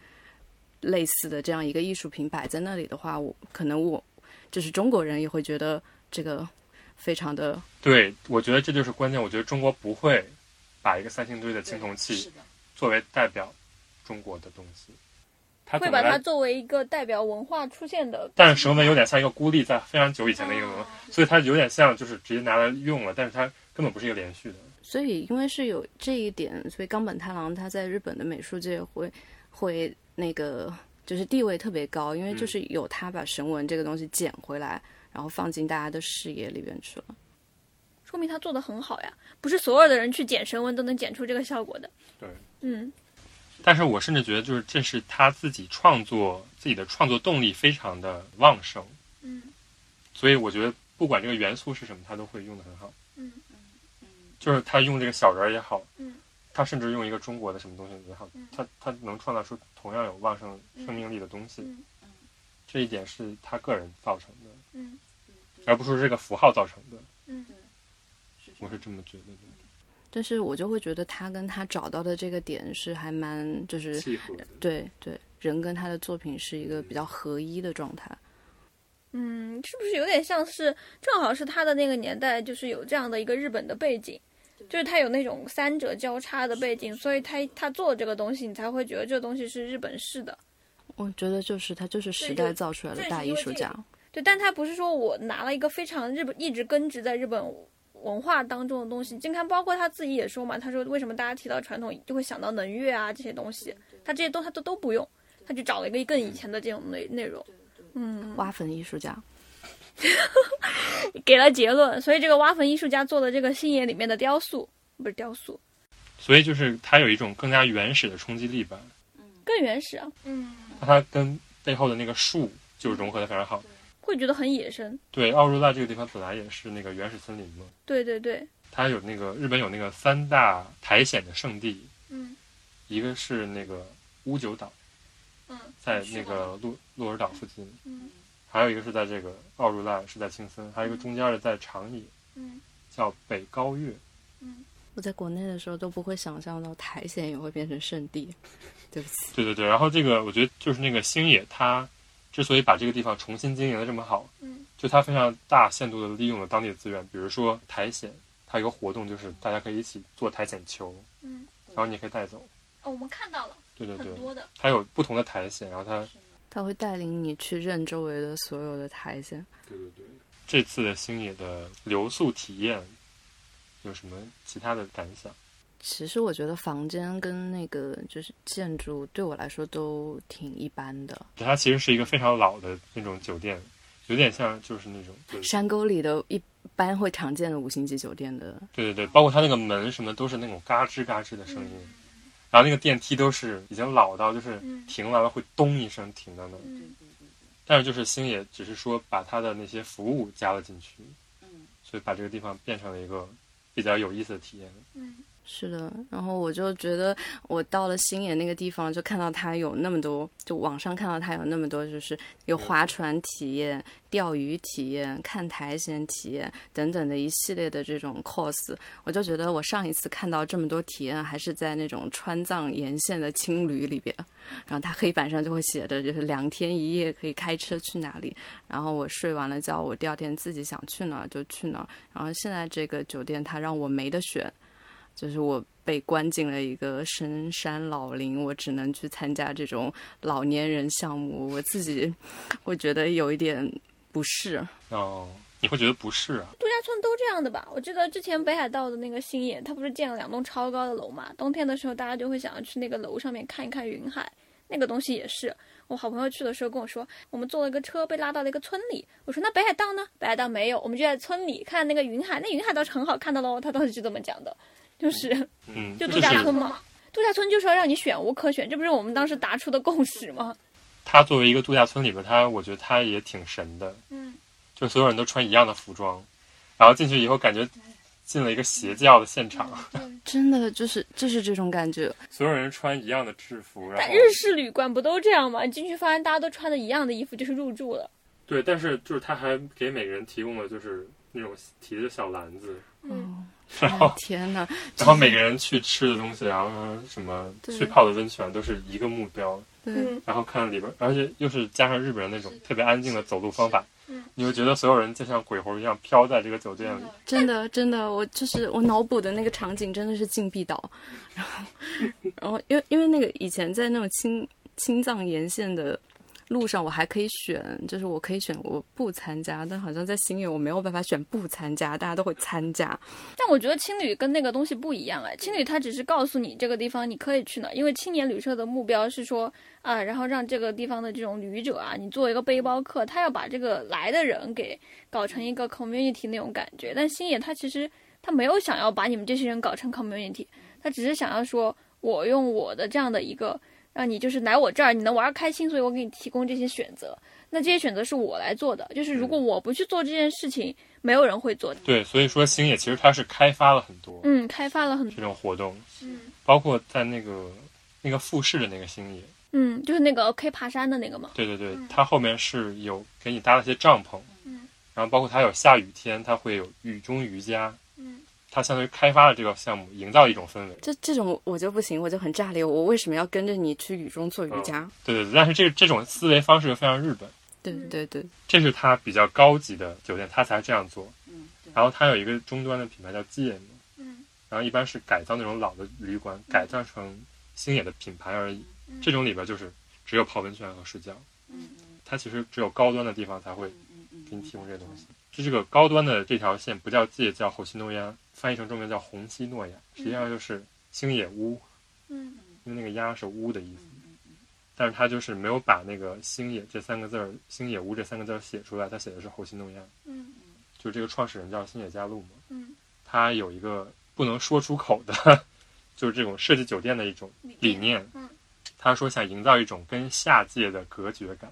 S3: 类似的这样一个艺术品摆在那里的话，我可能我就是中国人也会觉得这个非常的
S4: 对，我觉得这就是关键。我觉得中国不会把一个三星堆的青铜器作为代表中国的东西，它
S1: 会
S4: 总
S1: 把
S4: 的
S1: 它
S4: 来，
S1: 作为一个代表文化出现的，
S4: 但是蛇纹有点像一个孤立在非常久以前的一个
S1: 哦
S4: 文化，所以它有点像就是直接拿来用了，但是它根本不是一个连续的。
S3: 所以，因为是有这一点，所以冈本太郎他在日本的美术界会会那个就是地位特别高，因为就是有他把神文这个东西捡回来，然后放进大家的视野里边去了。
S1: 说明他做的很好呀。不是所有的人去剪神文都能剪出这个效果的。
S4: 对，
S1: 嗯，
S4: 但是我甚至觉得，就是这是他自己创作自己的创作动力非常的旺盛。
S1: 嗯，
S4: 所以我觉得不管这个元素是什么，他都会用的很好。
S1: 嗯
S4: 就是他用这个小人儿也好，
S1: 嗯，
S4: 他甚至用一个中国的什么东西也好，
S1: 嗯
S4: 他他能创造出同样有旺盛生命力的东西。
S1: 嗯
S4: 这一点是他个人造成的，
S1: 嗯
S4: 而不是这个符号造成的。
S1: 嗯，
S4: 我是这么觉得的。
S3: 但是我就会觉得他跟他找到的这个点是还蛮就是
S4: 契合的。
S3: 对对，人跟他的作品是一个比较合一的状态。
S1: 嗯，是不是有点像是正好是他的那个年代，就是有这样的一个日本的背景，就是他有那种三者交叉的背景，所以他他做这个东西，你才会觉得这个东西是日本式的。
S3: 我觉得就是他就是时
S1: 对
S3: 代
S1: 就
S3: 造出来的
S1: 正是
S3: 大
S1: 因
S3: 艺
S1: 为
S3: 术
S1: 这
S3: 家
S1: 个。对，但他不是说我拿了一个非常日本一直根植在日本文化当中的东西。你看，包括他自己也说嘛，他说为什么大家提到传统就会想到能乐啊这些东西，他这些都他都都不用，他就找了一个更以前的这种内内容，嗯，
S3: 挖坟艺术家，
S1: 给了结论。所以这个挖坟艺术家做的这个星野里面的雕塑，不是雕塑，
S4: 所以就是他有一种更加原始的冲击力吧，
S1: 嗯更原始啊，
S4: 它跟背后的那个树就融合的非常
S1: 嗯
S4: 好。
S1: 会觉得很野生。
S4: 对，奥若拉这个地方本来也是那个原始森林嘛，
S1: 对对对，
S4: 它有那个日本有那个三大苔藓的圣地，
S1: 嗯
S4: 一个是那个乌九岛，
S1: 嗯，
S4: 在那个鹿鹿儿岛附近，
S1: 嗯
S4: 还有一个是在这个奥若拉是在青森，还有一个中间的在长野，
S1: 嗯，
S4: 叫北高岳。
S3: 我在国内的时候都不会想象到苔藓也会变成圣地，对不起。
S4: 对对对，然后这个我觉得就是那个星野他之所以把这个地方重新经营的这么好，
S1: 嗯，
S4: 就它非常大限度的利用了当地的资源，比如说苔藓，它有个活动就是大家可以一起做苔藓球，
S1: 嗯，
S4: 然后你可以带走。
S1: 哦，我们看到了
S4: 对对对
S1: 很，多的，
S4: 它有不同的苔藓，然后它
S3: 他会带领你去认周围的所有的苔藓。
S4: 对对对，这次的星野的留宿体验有什么其他的感想？
S3: 其实我觉得房间跟那个就是建筑对我来说都挺一般的，
S4: 它其实是一个非常老的那种酒店，有点像就是那种对
S3: 山沟里的一般会常见的五星级酒店的，
S4: 对对对，包括它那个门什么都是那种嘎吱嘎吱的声音，然后那个电梯都是已经老到就是
S1: 嗯
S4: 停完了会咚一声停到那儿。
S1: 嗯，
S4: 但是就是星野只是说把他的那些服务加了进去，
S5: 嗯，
S4: 所以把这个地方变成了一个比较有意思的体验。
S1: 嗯，
S3: 是的，然后我就觉得我到了星野那个地方，就看到它有那么多，就网上看到它有那么多，就是有划船体验、钓鱼体验、看苔藓体验等等的一系列的这种 cos。我就觉得我上一次看到这么多体验，还是在那种川藏沿线的青旅里边，然后它黑板上就会写着，就是两天一夜可以开车去哪里。然后我睡完了觉，我第二天自己想去哪儿就去哪儿。然后现在这个酒店它让我没得选。就是我被关进了一个深山老林，我只能去参加这种老年人项目，我自己我觉得有一点不适。
S4: 哦，你会觉得不适啊？
S1: 度假村都这样的吧？我记得之前北海道的那个星野，它不是建了两栋超高的楼嘛？冬天的时候，大家就会想要去那个楼上面看一看云海，那个东西也是。我好朋友去的时候跟我说，我们坐了一个车被拉到了一个村里。我说那北海道呢？北海道没有，我们就在村里看那个云海，那云海倒是很好看的喽。他当时就这么讲的，就是
S4: 嗯，
S1: 就度
S4: 就是
S1: 假村嘛。度假村就是要让你选无可选，这不是我们当时达出的共识吗？
S4: 它作为一个度假村里边，它我觉得它也挺神的，
S1: 嗯，
S4: 就所有人都穿一样的服装，然后进去以后感觉进了一个邪教的现场，
S1: 嗯
S3: 真的就是就是这种感觉，
S4: 所有人穿一样的制服，然
S1: 但
S4: 后
S1: 日式旅馆不都这样吗？你进去发现大家都穿的一样的衣服，就是入住了。
S4: 对，但是就是他还给每个人提供了就是那种提着小篮子，
S3: 嗯，
S4: 然后
S3: 天呐，
S4: 然后每个人去吃的东西，然后什么
S3: 对
S4: 去泡的温泉都是一个目标，
S3: 对，
S1: 嗯
S4: 然后看里边，而且又是加上日本人那种特别安静的走路方法
S1: 是嗯，
S4: 你会觉得所有人就像鬼魂一样飘在这个酒店里。
S3: 真的真的，我就是我脑补的那个场景真的是禁闭岛，然后然后因为因为那个以前在那种青青藏沿线的路上，我还可以选，就是我可以选我不参加，但好像在新野我没有办法选不参加，大家都会参加。
S1: 但我觉得青旅跟那个东西不一样哎，青旅它只是告诉你这个地方你可以去哪儿，因为青年旅社的目标是说啊、然后让这个地方的这种旅者啊，你做一个背包客，他要把这个来的人给搞成一个 community 那种感觉。但星野他其实他没有想要把你们这些人搞成 community，他只是想要说我用我的这样的一个让你就是来我这儿你能玩儿开心，所以我给你提供这些选择。那这些选择是我来做的，就是如果我不去做这件事情，没有人会做的。
S4: 对，所以说星野其实它是开发了很多
S1: 嗯，开发了很
S4: 这种活动，
S1: 嗯
S4: 包括在那个那个复试的那个星野，
S1: 嗯，就是那个可以爬山的那个嘛。
S4: 对对对
S1: 嗯，
S4: 它后面是有给你搭了些帐篷，
S1: 嗯
S4: 然后包括它有下雨天，它会有雨中瑜伽，
S1: 嗯，
S4: 它相当于开发了这个项目，营造一种氛围。
S3: 这这种我就不行，我就很炸裂，我为什么要跟着你去雨中做瑜伽？
S4: 对对对，但是这这种思维方式非常日本，
S3: 对
S1: 嗯
S3: 对对，
S4: 这是它比较高级的酒店，它才这样做。
S5: 嗯，对，
S4: 然后它有一个终端的品牌叫 GM，
S1: 嗯
S4: 然后一般是改造那种老的旅馆，改造成星野的品牌而已。这种里边就是只有泡温泉和睡觉，
S5: 嗯
S4: 它其实只有高端的地方才会
S5: 嗯嗯，
S4: 给你提供这些东西。就这个高端的这条线不叫 G，叫虹夕诺鸭，翻译成中文叫虹夕诺鸭，实际上就是星野屋，
S1: 嗯
S4: 因为那个鸭是屋的意思。
S5: 嗯
S4: 但是他就是没有把那个“星野”这三个字儿，“星野屋”这三个字儿写出来，他写的是后心动鸭，
S1: 嗯
S4: 就是这个创始人叫星野加路嘛，
S1: 嗯
S4: 他有一个不能说出口的， 就是这种设计酒店的一种理念。
S1: 嗯
S4: 他说想营造一种跟下界的隔绝感。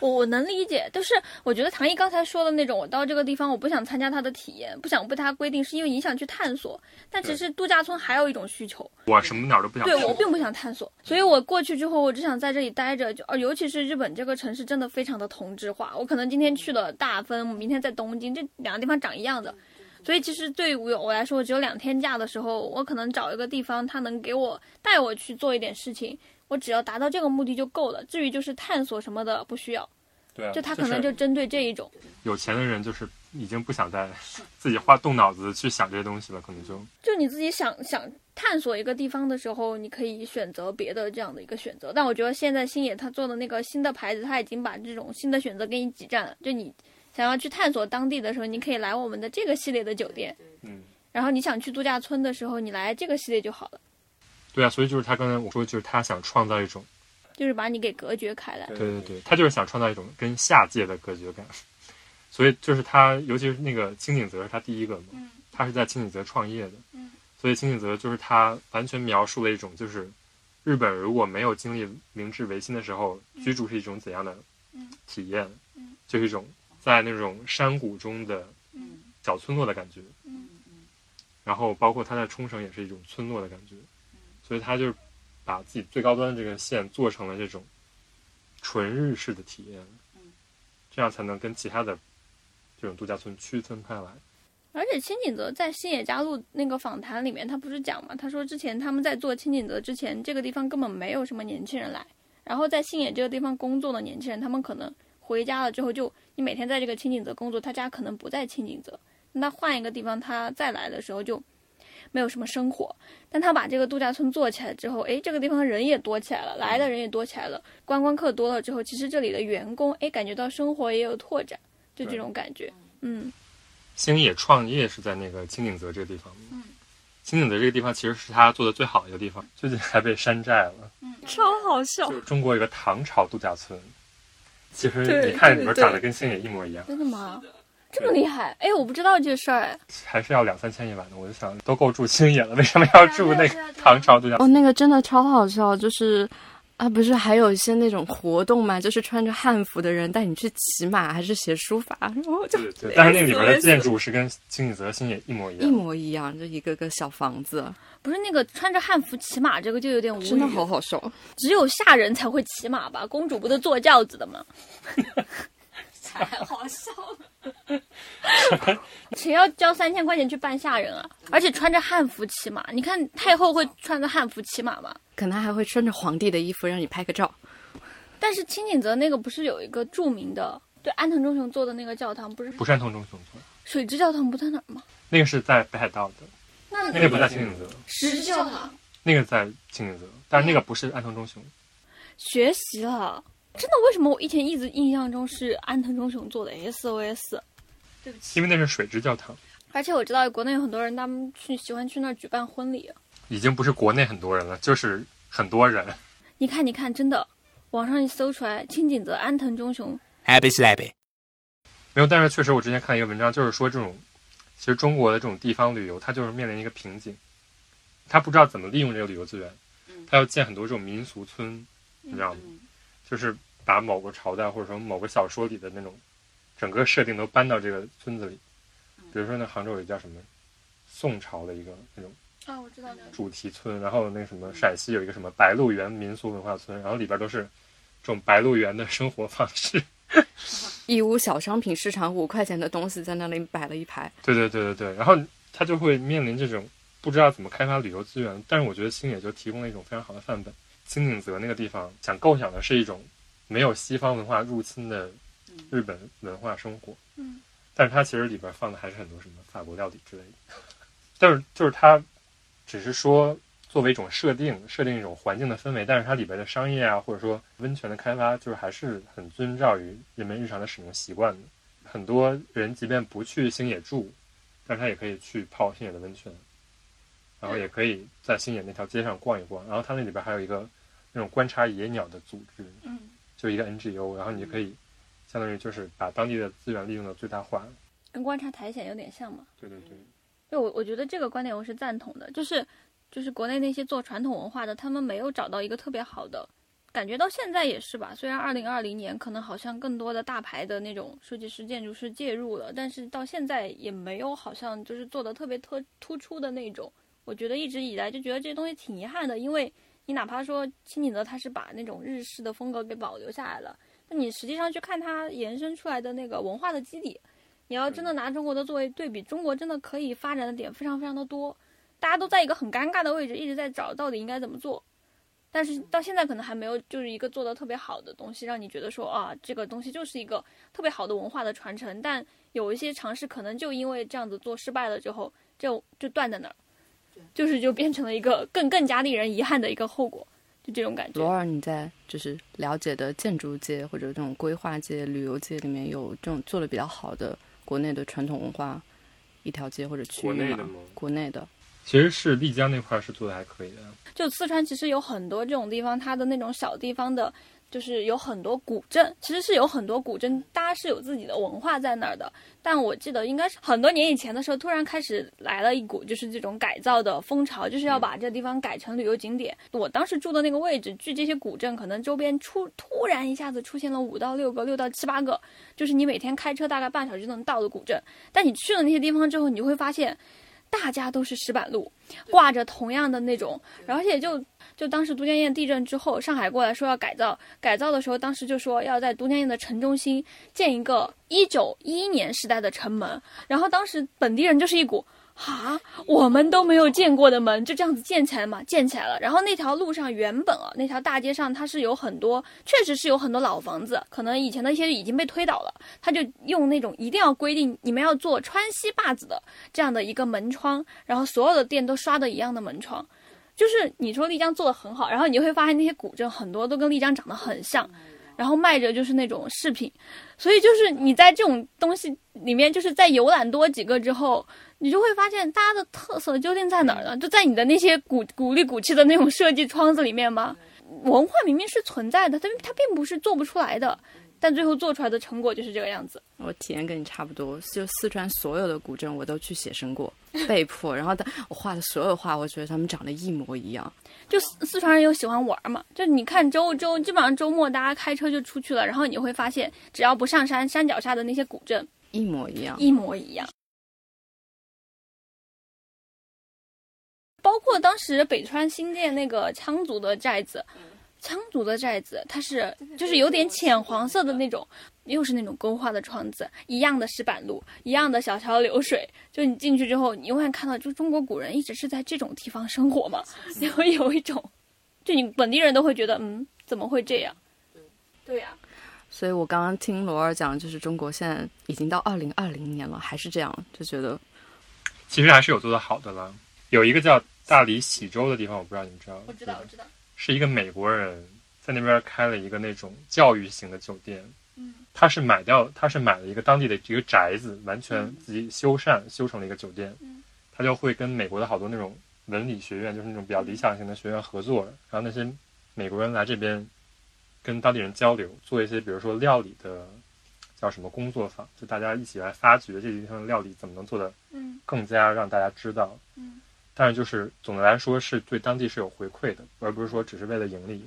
S1: 我我能理解，就是我觉得唐毅刚才说的那种，我到这个地方我不想参加他的体验，不想被他规定，是因为你想去探索。但其实度假村还有一种需求，
S4: 我什么鸟都不想
S1: 对我
S4: 去，
S1: 并不想探索，所以我过去之后，我只想在这里待着。就呃尤其是日本这个城市，真的非常的同质化。我可能今天去了大分，明天在东京，这两个地方长一样的，所以其实对于我来说，我只有两天假的时候，我可能找一个地方，他能给我带我去做一点事情，我只要达到这个目的就够了。至于就是探索什么的，不需要。
S4: 对啊，
S1: 就他可能
S4: 是
S1: 就针对这一种。
S4: 有钱的人就是已经不想再 自己花动脑子去想这些东西了，可能就
S1: 就你自己想想探索一个地方的时候，你可以选择别的这样的一个选择。但我觉得现在星野他做的那个新的牌子，他已经把这种新的选择给你挤占了。就你想要去探索当地的时候，你可以来我们的这个系列的酒店；
S4: 嗯，
S1: 然后你想去度假村的时候，你来这个系列就好了，
S4: 对啊，所以就是他刚才我说，就是他想创造一种，
S1: 就是把你给隔绝开来。
S4: 对对对，他就是想创造一种跟下界的隔绝感。所以就是他，尤其是那个清景泽是他第一个嘛，
S1: 嗯
S4: 他是在清景泽创业的，
S1: 嗯
S4: 所以清景泽就是他完全描述了一种就是日本如果没有经历明治维新的时候，居住是一种怎样的
S1: 嗯
S4: 体验，
S1: 嗯
S4: 就是一种在那种山谷中的
S1: 嗯
S4: 小村落的感觉，
S1: 嗯
S4: 然后包括他在冲绳也是一种村落的感觉，
S1: 嗯
S4: 所以他就是把自己最高端的这个线做成了这种纯日式的体验，
S1: 嗯
S4: 这样才能跟其他的这种度假村区分开来。
S1: 而且清景泽在新野加入那个访谈里面，他不是讲嘛？他说之前他们在做清景泽之前，这个地方根本没有什么年轻人来。然后在新野这个地方工作的年轻人，他们可能回家了之后就，你每天在这个清景泽工作，他家可能不在清景泽，那他换一个地方，他再来的时候就没有什么生活。但他把这个度假村做起来之后，诶，这个地方人也多起来了，来的人也多起来了，观光客多了之后，其实这里的员工诶，感觉到生活也有拓展，就这
S4: 对
S1: 种感觉，嗯
S4: 星野创业是在那个清景泽这个地方，嗯，清景泽这个地方其实是他做的最好的一个地方，最近还被山寨了。
S1: 超好笑
S4: 就是中国有个唐朝度假村，其实
S1: 对
S4: 你看里
S1: 对
S4: 面
S1: 对
S4: 长得跟星野一模一样，
S1: 真的吗？这么厉害？哎，我不知道这事儿哎。
S4: 还是要两三千一晚的。我就想，都够住星野了，为什么要住那个唐朝度假村？
S3: 哦，那个真的超好笑，就是啊，不是还有一些那种活动嘛，就是穿着汉服的人带你去骑马，还是写书法，然后就
S4: 对对，但是啊那里边的建筑是跟清景泽星野一模一
S3: 一
S4: 样。
S3: 模一样，就一个个小房子，
S1: 不是那个穿着汉服骑马这个就有点无语，
S3: 真的好，好笑。
S1: 只有下人才会骑马吧？公主不都坐轿子的 吗？才好笑。 谁要交三千块钱去扮下人啊？而且穿着汉服骑马，你看太后会穿着汉服骑马吗？
S3: 可能还会穿着皇帝的衣服让你拍个照。
S1: 但是清景泽那个不是有一个著名的，对安藤忠雄做的那个教堂，不是
S4: 不山藤忠雄村，
S1: 水之教堂不在哪儿吗？
S4: 那个是在北海道的，
S1: 那
S4: 那个不在清景泽，
S1: 石之教堂
S4: 那个在清景泽，但是那个不是安藤忠雄。
S1: 学习了。真的，为什么我以前一直印象中是安藤忠雄做的 SOS？
S4: 因为那是水之教堂，
S1: 而且我知道国内有很多人，他们去喜欢去那儿举办婚礼。
S4: 已经不是国内很多人了，就是很多人。
S1: 你看，你看，真的，网上一搜出来，清景泽安藤忠雄，
S2: Happy slappy.
S4: 没有，但是确实我之前看一个文章，就是说这种，其实中国的这种地方旅游，它就是面临一个瓶颈，他不知道怎么利用这个旅游资源，他要建很多这种民俗村，你知道吗？就是把某个朝代或者说某个小说里的那种整个设定都搬到这个村子里，比如说那杭州有一个叫什么宋朝的一个那种
S1: 啊，我知道那个，
S4: 主题村，然后那个什么陕西有一个什么白鹿原民俗文化村，然后里边都是这种白鹿原的生活方式。
S3: 义乌小商品市场五块钱的东西在那里摆了一排，
S4: 对对对对对，然后他就会面临这种不知道怎么开发旅游资源，但是我觉得星野就提供了一种非常好的范本。金井泽那个地方想构想的是一种没有西方文化入侵的日本文化生活，
S1: 嗯，
S4: 但是它其实里边放的还是很多什么法国料理之类的，但是就是它只是说作为一种设定，设定一种环境的氛围，但是它里边的商业啊，或者说温泉的开发，就是还是很遵照于人们日常的使用习惯的。很多人即便不去星野住，但是他也可以去泡星野的温泉，然后也可以在星野那条街上逛一逛。然后它那里边还有一个那种观察野鸟的组织，
S1: 嗯，
S4: 就一个 NGO，然后你就可以相当于就是把当地的资源利用到最大化。
S1: 跟观察苔藓有点像嘛。
S4: 对对对，
S1: 对我，我觉得这个观点我是赞同的，就是就是国内那些做传统文化的，他们没有找到一个特别好的，感觉到现在也是吧。虽然二零二零年可能好像更多的大牌的那种设计师、建筑师介入了，但是到现在也没有好像就是做的特别特突出的那种。我觉得一直以来就觉得这东西挺遗憾的，因为你哪怕说清景泽它是把那种日式的风格给保留下来了，但你实际上去看它延伸出来的那个文化的基底，你要真的拿中国的作为对比，中国真的可以发展的点非常非常的多，大家都在一个很尴尬的位置，一直在找到底应该怎么做。但是到现在可能还没有就是一个做的特别好的东西，让你觉得说啊，这个东西就是一个特别好的文化的传承。但有一些尝试可能就因为这样子做失败了之后，就就断在那儿，就是就变成了一个更更加令人遗憾的一个后果，就这种感觉。
S3: 罗尔，你在就是了解的建筑界或者这种规划界、旅游界里面有这种做的比较好的国内的传统文化一条街或者区域
S4: 国内的
S3: 吗
S4: 吗
S3: 国内的，
S4: 其实是丽江那块儿是做的还可以的，
S1: 就四川其实有很多这种地方，它的那种小地方的，就是有很多古镇，其实是有很多古镇，大家是有自己的文化在那儿的。但我记得应该是很多年以前的时候，突然开始来了一股就是这种改造的风潮，就是要把这地方改成旅游景点。我当时住的那个位置，距这些古镇可能周边出突然一下子出现了五到六个、六到七八个，就是你每天开车大概半小时就能到的古镇。但你去了那些地方之后，你会发现。大家都是石板路，挂着同样的那种，而且就就当时都江堰地震之后，上海过来说要改造，改造的时候，当时就说要在都江堰的城中心建一个一九一一年时代的城门，然后当时本地人就是一股。啊，我们都没有见过的门，就这样子建起来嘛，建起来了。然后那条路上原本啊，那条大街上它是有很多，确实是有很多老房子，可能以前的一些已经被推倒了，他就用那种一定要规定你们要做川西坝子的这样的一个门窗，然后所有的店都刷的一样的门窗，就是你说丽江做的很好，然后你会发现那些古镇很多都跟丽江长得很像，然后卖着就是那种饰品，所以就是你在这种东西里面，就是在游览多几个之后，你就会发现大家的特色究竟在哪儿呢？就在你的那些古古里古气的那种设计窗子里面吗？文化明明是存在的，它它并不是做不出来的，但最后做出来的成果就是这个样子。
S3: 我体验跟你差不多，就四川所有的古镇我都去写生过， 被迫。然后但我画的所有画，我觉得他们长得一模一样。
S1: 就四四川人又喜欢玩嘛，就你看周周基本上周末大家开车就出去了，然后你会发现，只要不上山，山脚下的那些古镇
S3: 一模一样，
S1: 一模一样。包括当时北川新建那个羌族的寨子，羌族的寨子它是嗯就是有点浅黄色的那种，又是那种勾画的窗子，一样的石板路，一样的小桥流水。就你进去之后，你永远看到，就中国古人一直是在这种地方生活嘛，你会有一种，就你本地人都会觉得，嗯，怎么会这样？对啊呀、
S3: 所以我刚刚听罗尔讲，就是中国现在已经到二零二零年了，还是这样，就觉得
S4: 其实还是有做的好的了。有一个叫大理喜洲的地方，我不知道你们知道吗？我知道，我知道。是一个美国人在那边开了一个那种教育型的酒店。嗯，他是买掉，他是买了一个当地的一个宅子，完全自己修缮、修成了一个酒店。嗯，他就会跟美国的好多那种文理学院，就是那种比较理想型的学院合作，然后那些美国人来这边跟当地人交流，做一些比如说料理的叫什么工作坊，就大家一起来发掘这个地方的料理怎么能做的
S1: 嗯
S4: 更加让大家知道。
S1: 嗯，
S4: 但是就是总的来说是对当地是有回馈的，而不是说只是为了盈利。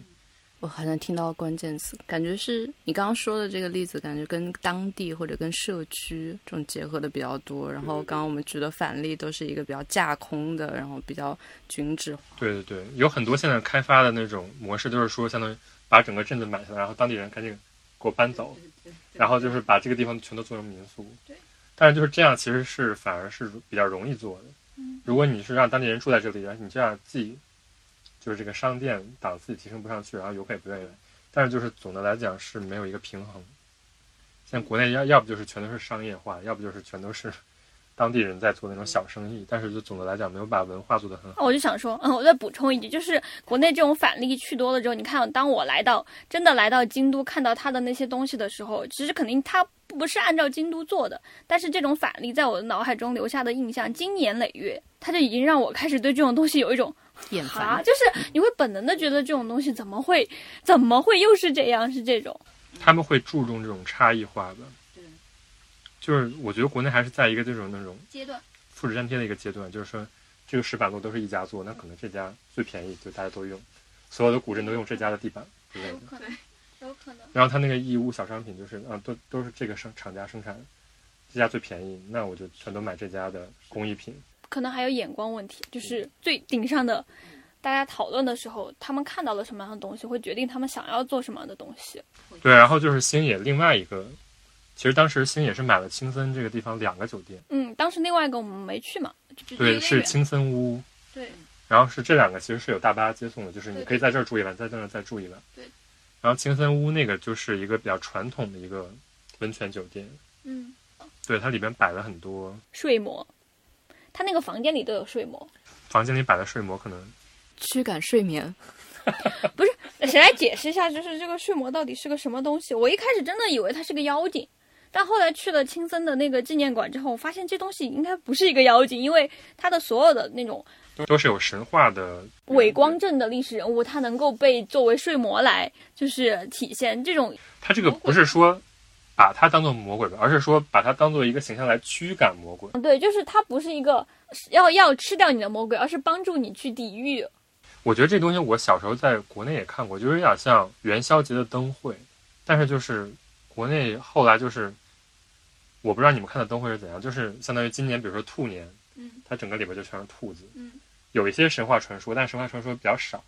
S3: 我好像听到关键词，感觉是你刚刚说的这个例子，感觉跟当地或者跟社区这种结合的比较多。然后刚刚我们举的反例都是一个比较架空的，然后比较均质化。
S4: 对对对，有很多现在开发的那种模式，就是说相当于把整个镇子买下来，然后当地人赶紧给我搬走，然后就是把这个地方全都做成民宿。对，但是就是这样，其实是反而是比较容易做的。如果你是让当地人住在这里，然后你这样既就是这个商店档次提升不上去，然后游客也不愿意来，但是就是总的来讲是没有一个平衡。像国内要要不就是全都是商业化，要不就是全都是当地人在做那种小生意，但是就总的来讲没有把文化做得很好。
S1: 我就想说，嗯，我再补充一句，就是国内这种反例去多了之后，你看，啊当我来到真的来到京都，看到他的那些东西的时候，其实肯定他不是按照京都做的，但是这种反例在我的脑海中留下的印象，经年累月，它就已经让我开始对这种东西有一种
S3: 厌
S1: 啊，
S3: 烦，
S1: 就是你会本能的觉得这种东西怎么会，怎么会又是这样，是这种。
S4: 他们会注重这种差异化吧。就是我觉得国内还是在一个这种那种阶段，复制粘贴的一个阶段，就是说这个石板路都是一家做，那可能这家最便宜，就大家都用，所有的古镇都用这家的地板之类的。
S1: 可能，有可能。
S4: 然后他那个义乌小商品就是啊，都都是这个生厂家生产，这家最便宜，那我就全都买这家的工艺品。
S1: 可能还有眼光问题，就是最顶上的，大家讨论的时候，他们看到了什么样的东西，会决定他们想要做什么样的东西。
S4: 对，然后就是星野另外一个其实当时星也是买了青森这个地方两个酒店，
S1: 嗯，当时另外一个我们没去嘛，就就
S4: 对，
S1: 离得
S4: 是
S1: 远。
S4: 青森屋，
S1: 对，
S4: 然后是这两个其实是有大巴接送的，就是你
S1: 对
S4: 可以在这儿住一晚，在那儿再住一晚。
S1: 对。
S4: 然后青森屋那个就是一个比较传统的一个温泉酒店，
S1: 嗯，
S4: 对，它里面摆了很多，
S1: 睡魔，他那个房间里都有睡魔，
S4: 房间里摆的睡魔可能
S3: 驱赶睡眠，
S1: 谁来解释一下，就是这个睡魔到底是个什么东西？我一开始真的以为它是个妖精，但后来去了青森的那个纪念馆之后，我发现这东西应该不是一个妖精，因为它的所有的那种
S4: 都都是有神话的
S1: 伪光。正的历史人物，它能够被作为睡魔来就是体现这种
S4: 它这个不是说把它当做魔鬼吧，而是说把它当做一个形象来驱赶魔鬼。
S1: 对，就是它不是一个要要吃掉你的魔鬼，而是帮助你去抵御。
S4: 我觉得这东西我小时候在国内也看过，就是有点像元宵节的灯会，但是就是国内后来就是，我不知道你们看的灯会是怎样，就是相当于今年比如说兔年，
S1: 嗯，
S4: 它整个里边就全是兔子，
S1: 嗯，
S4: 有一些神话传说，但神话传说比较少。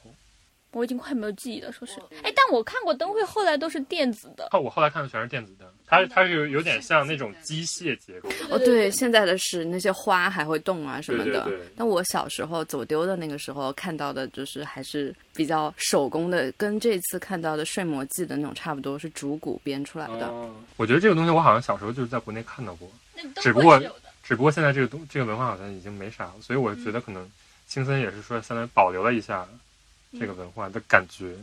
S1: 我已经快没有记忆了，说是，哎，但我看过灯会，后来都是电子的。
S4: 后哦我后来看的全是电子灯，它它是有有点像那种机械结构，
S3: 哦，对，现在的是那些花还会动啊什么的。
S4: 对对对
S3: 但我小时候走丢的那个时候看到的，就是还是比较手工的，跟这次看到的《睡魔记》的那种差不多，是竹骨编出来的。
S4: 哦我觉得这个东西我好像小时候就是在国内看到过，
S1: 那灯
S4: 只不
S1: 会
S4: 过
S1: 是有的
S4: 只不过现在这个东这个文化好像已经没啥了，所以我觉得
S1: 嗯
S4: 可能青森也是说相当于保留了一下
S1: 嗯
S4: 这个文化的感觉。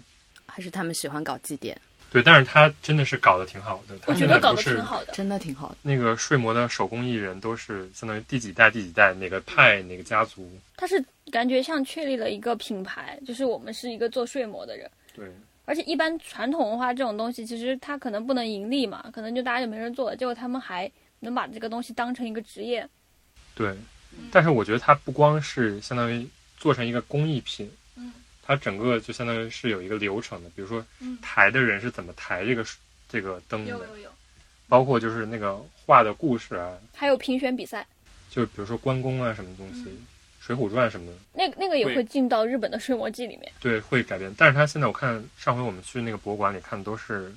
S3: 还是他们喜欢搞祭典，
S4: 对，但是他真的是搞得挺好的，他
S1: 我觉
S4: 现
S1: 得
S4: 在
S1: 搞
S4: 不
S1: 得
S4: 是
S1: 挺好的。
S3: 真的挺好的。
S4: 那个睡魔的手工艺人都是相当于第几代第几代哪个派
S1: 嗯
S4: 哪个家族。
S1: 他是感觉像确立了一个品牌，就是我们是一个做睡魔的人。
S4: 对，
S1: 而且一般传统文化这种东西，其实它可能不能盈利嘛，可能就大家就没人做了。结果他们还能把这个东西当成一个职业，
S4: 对，但是我觉得它不光是相当于做成一个工艺品，
S1: 嗯，
S4: 它整个就相当于是有一个流程的，比如说
S1: 嗯
S4: 抬的人是怎么抬这个这个灯的，
S1: 有，
S4: 包括就是那个画的故事啊，
S1: 还有评选比赛，
S4: 就比如说关公啊什么东西，
S1: 嗯
S4: 水浒传》什么的，
S1: 那那个也
S4: 会
S1: 会进到日本的睡魔记里面。
S4: 对，会改变。但是它现在我看上回我们去那个博物馆里看的都是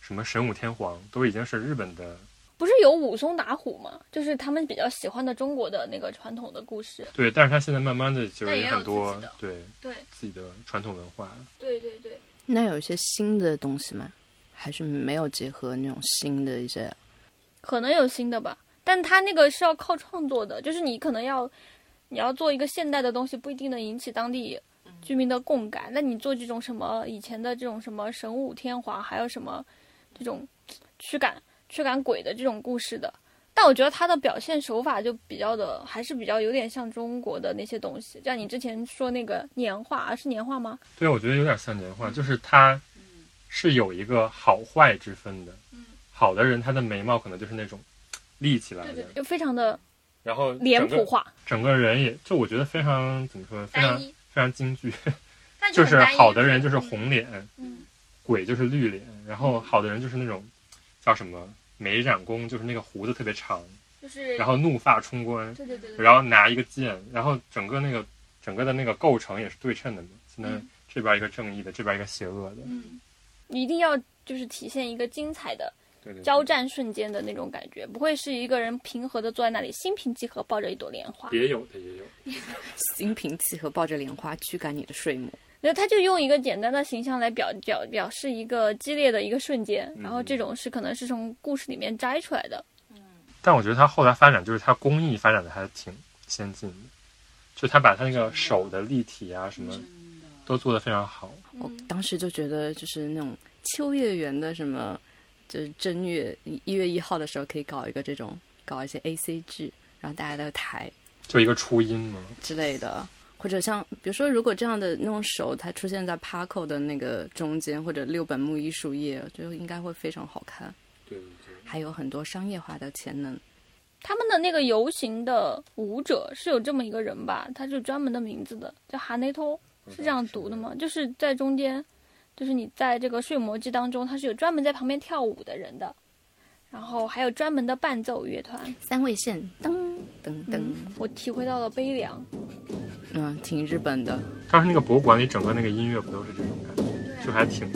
S4: 什么神武天皇，都已经是日本的。
S1: 不是有武松打虎吗？就是他们比较喜欢的中国的那个传统的故事。
S4: 对，但是它现在慢慢的就
S1: 但也
S4: 是
S1: 有
S4: 很多
S1: 自己的
S4: 对
S1: 对
S4: 自己的传统文化。
S1: 对对对，
S3: 那有一些新的东西吗？还是没有结合那种新的一些？
S1: 可能有新的吧，但他那个是要靠创作的，就是你可能要你要做一个现代的东西，不一定能引起当地嗯居民的共感。那你做这种什么以前的这种什么神武天皇，还有什么这种驱赶驱赶鬼的这种故事的。但我觉得他的表现手法就比较的，还是比较有点像中国的那些东西，像你之前说那个年画，啊是年画吗？
S4: 对，我觉得有点像年
S1: 嗯
S4: 画，就是它是有一个好坏之分的。
S1: 嗯
S4: 好的人，他的眉毛可能就是那种立起来的，
S1: 就非常的
S4: 然后
S1: 脸
S4: 整
S1: 谱
S4: 个
S1: 化，
S4: 整个人也就我觉得非常怎么说，非常
S1: 单一
S4: 非常京剧。
S1: 但
S4: 就是好的人就是
S1: 是
S4: 红脸，
S1: 嗯
S4: 鬼就是绿脸，然后好的人就是那种叫什么美染工，就是那个胡子特别长，
S1: 就是
S4: 然后怒发冲冠，
S1: 对对对对，
S4: 然后拿一个剑，然后整个那个整个的那个构成也是对称的嘛，现在
S1: 嗯
S4: 这边一个正义的，这边一个邪恶的，
S1: 嗯，一定要就是体现一个精彩的
S4: 对对
S1: 交
S4: 对，
S1: 战瞬间的那种感觉，不会是一个人平和的坐在那里，心平气和抱着一朵莲花。
S4: 也有的也有，
S3: 心平气和，抱着莲花驱赶你的睡魔。
S1: 那他就用一个简单的形象来表表表示一个激烈的一个瞬间，然后这种是可能是从故事里面摘出来的。
S4: 但我觉得他后来发展就是他工艺发展的还挺先进的，就他把他那个手的立体啊什么都做得非常好。
S3: 我当时就觉得，就是那种秋叶原的什么，就是正月一月一号的时候，可以搞一个这种，搞一些 A C G，然后大家都抬
S4: 就一个初音嘛，
S3: 之类的，或者像比如说，如果这样的那种手，它出现在 Paco 的那个中间，或者六本木艺术业，就应该会非常好看。
S4: 对对对，
S3: 还有很多商业化的潜能。
S1: 他们的那个游行的舞者是有这么一个人吧，他是专门的名字的，叫哈内托，是这样读的吗？就是在中间，就是你在这个睡魔记当中，他是有专门在旁边跳舞的人的，然后还有专门的伴奏乐团。
S3: 三味线，噔噔噔，
S1: 我体会到了悲凉，
S3: 嗯，挺日本的。
S4: 当时那个博物馆里整个那个音乐不都是这种感觉，就还挺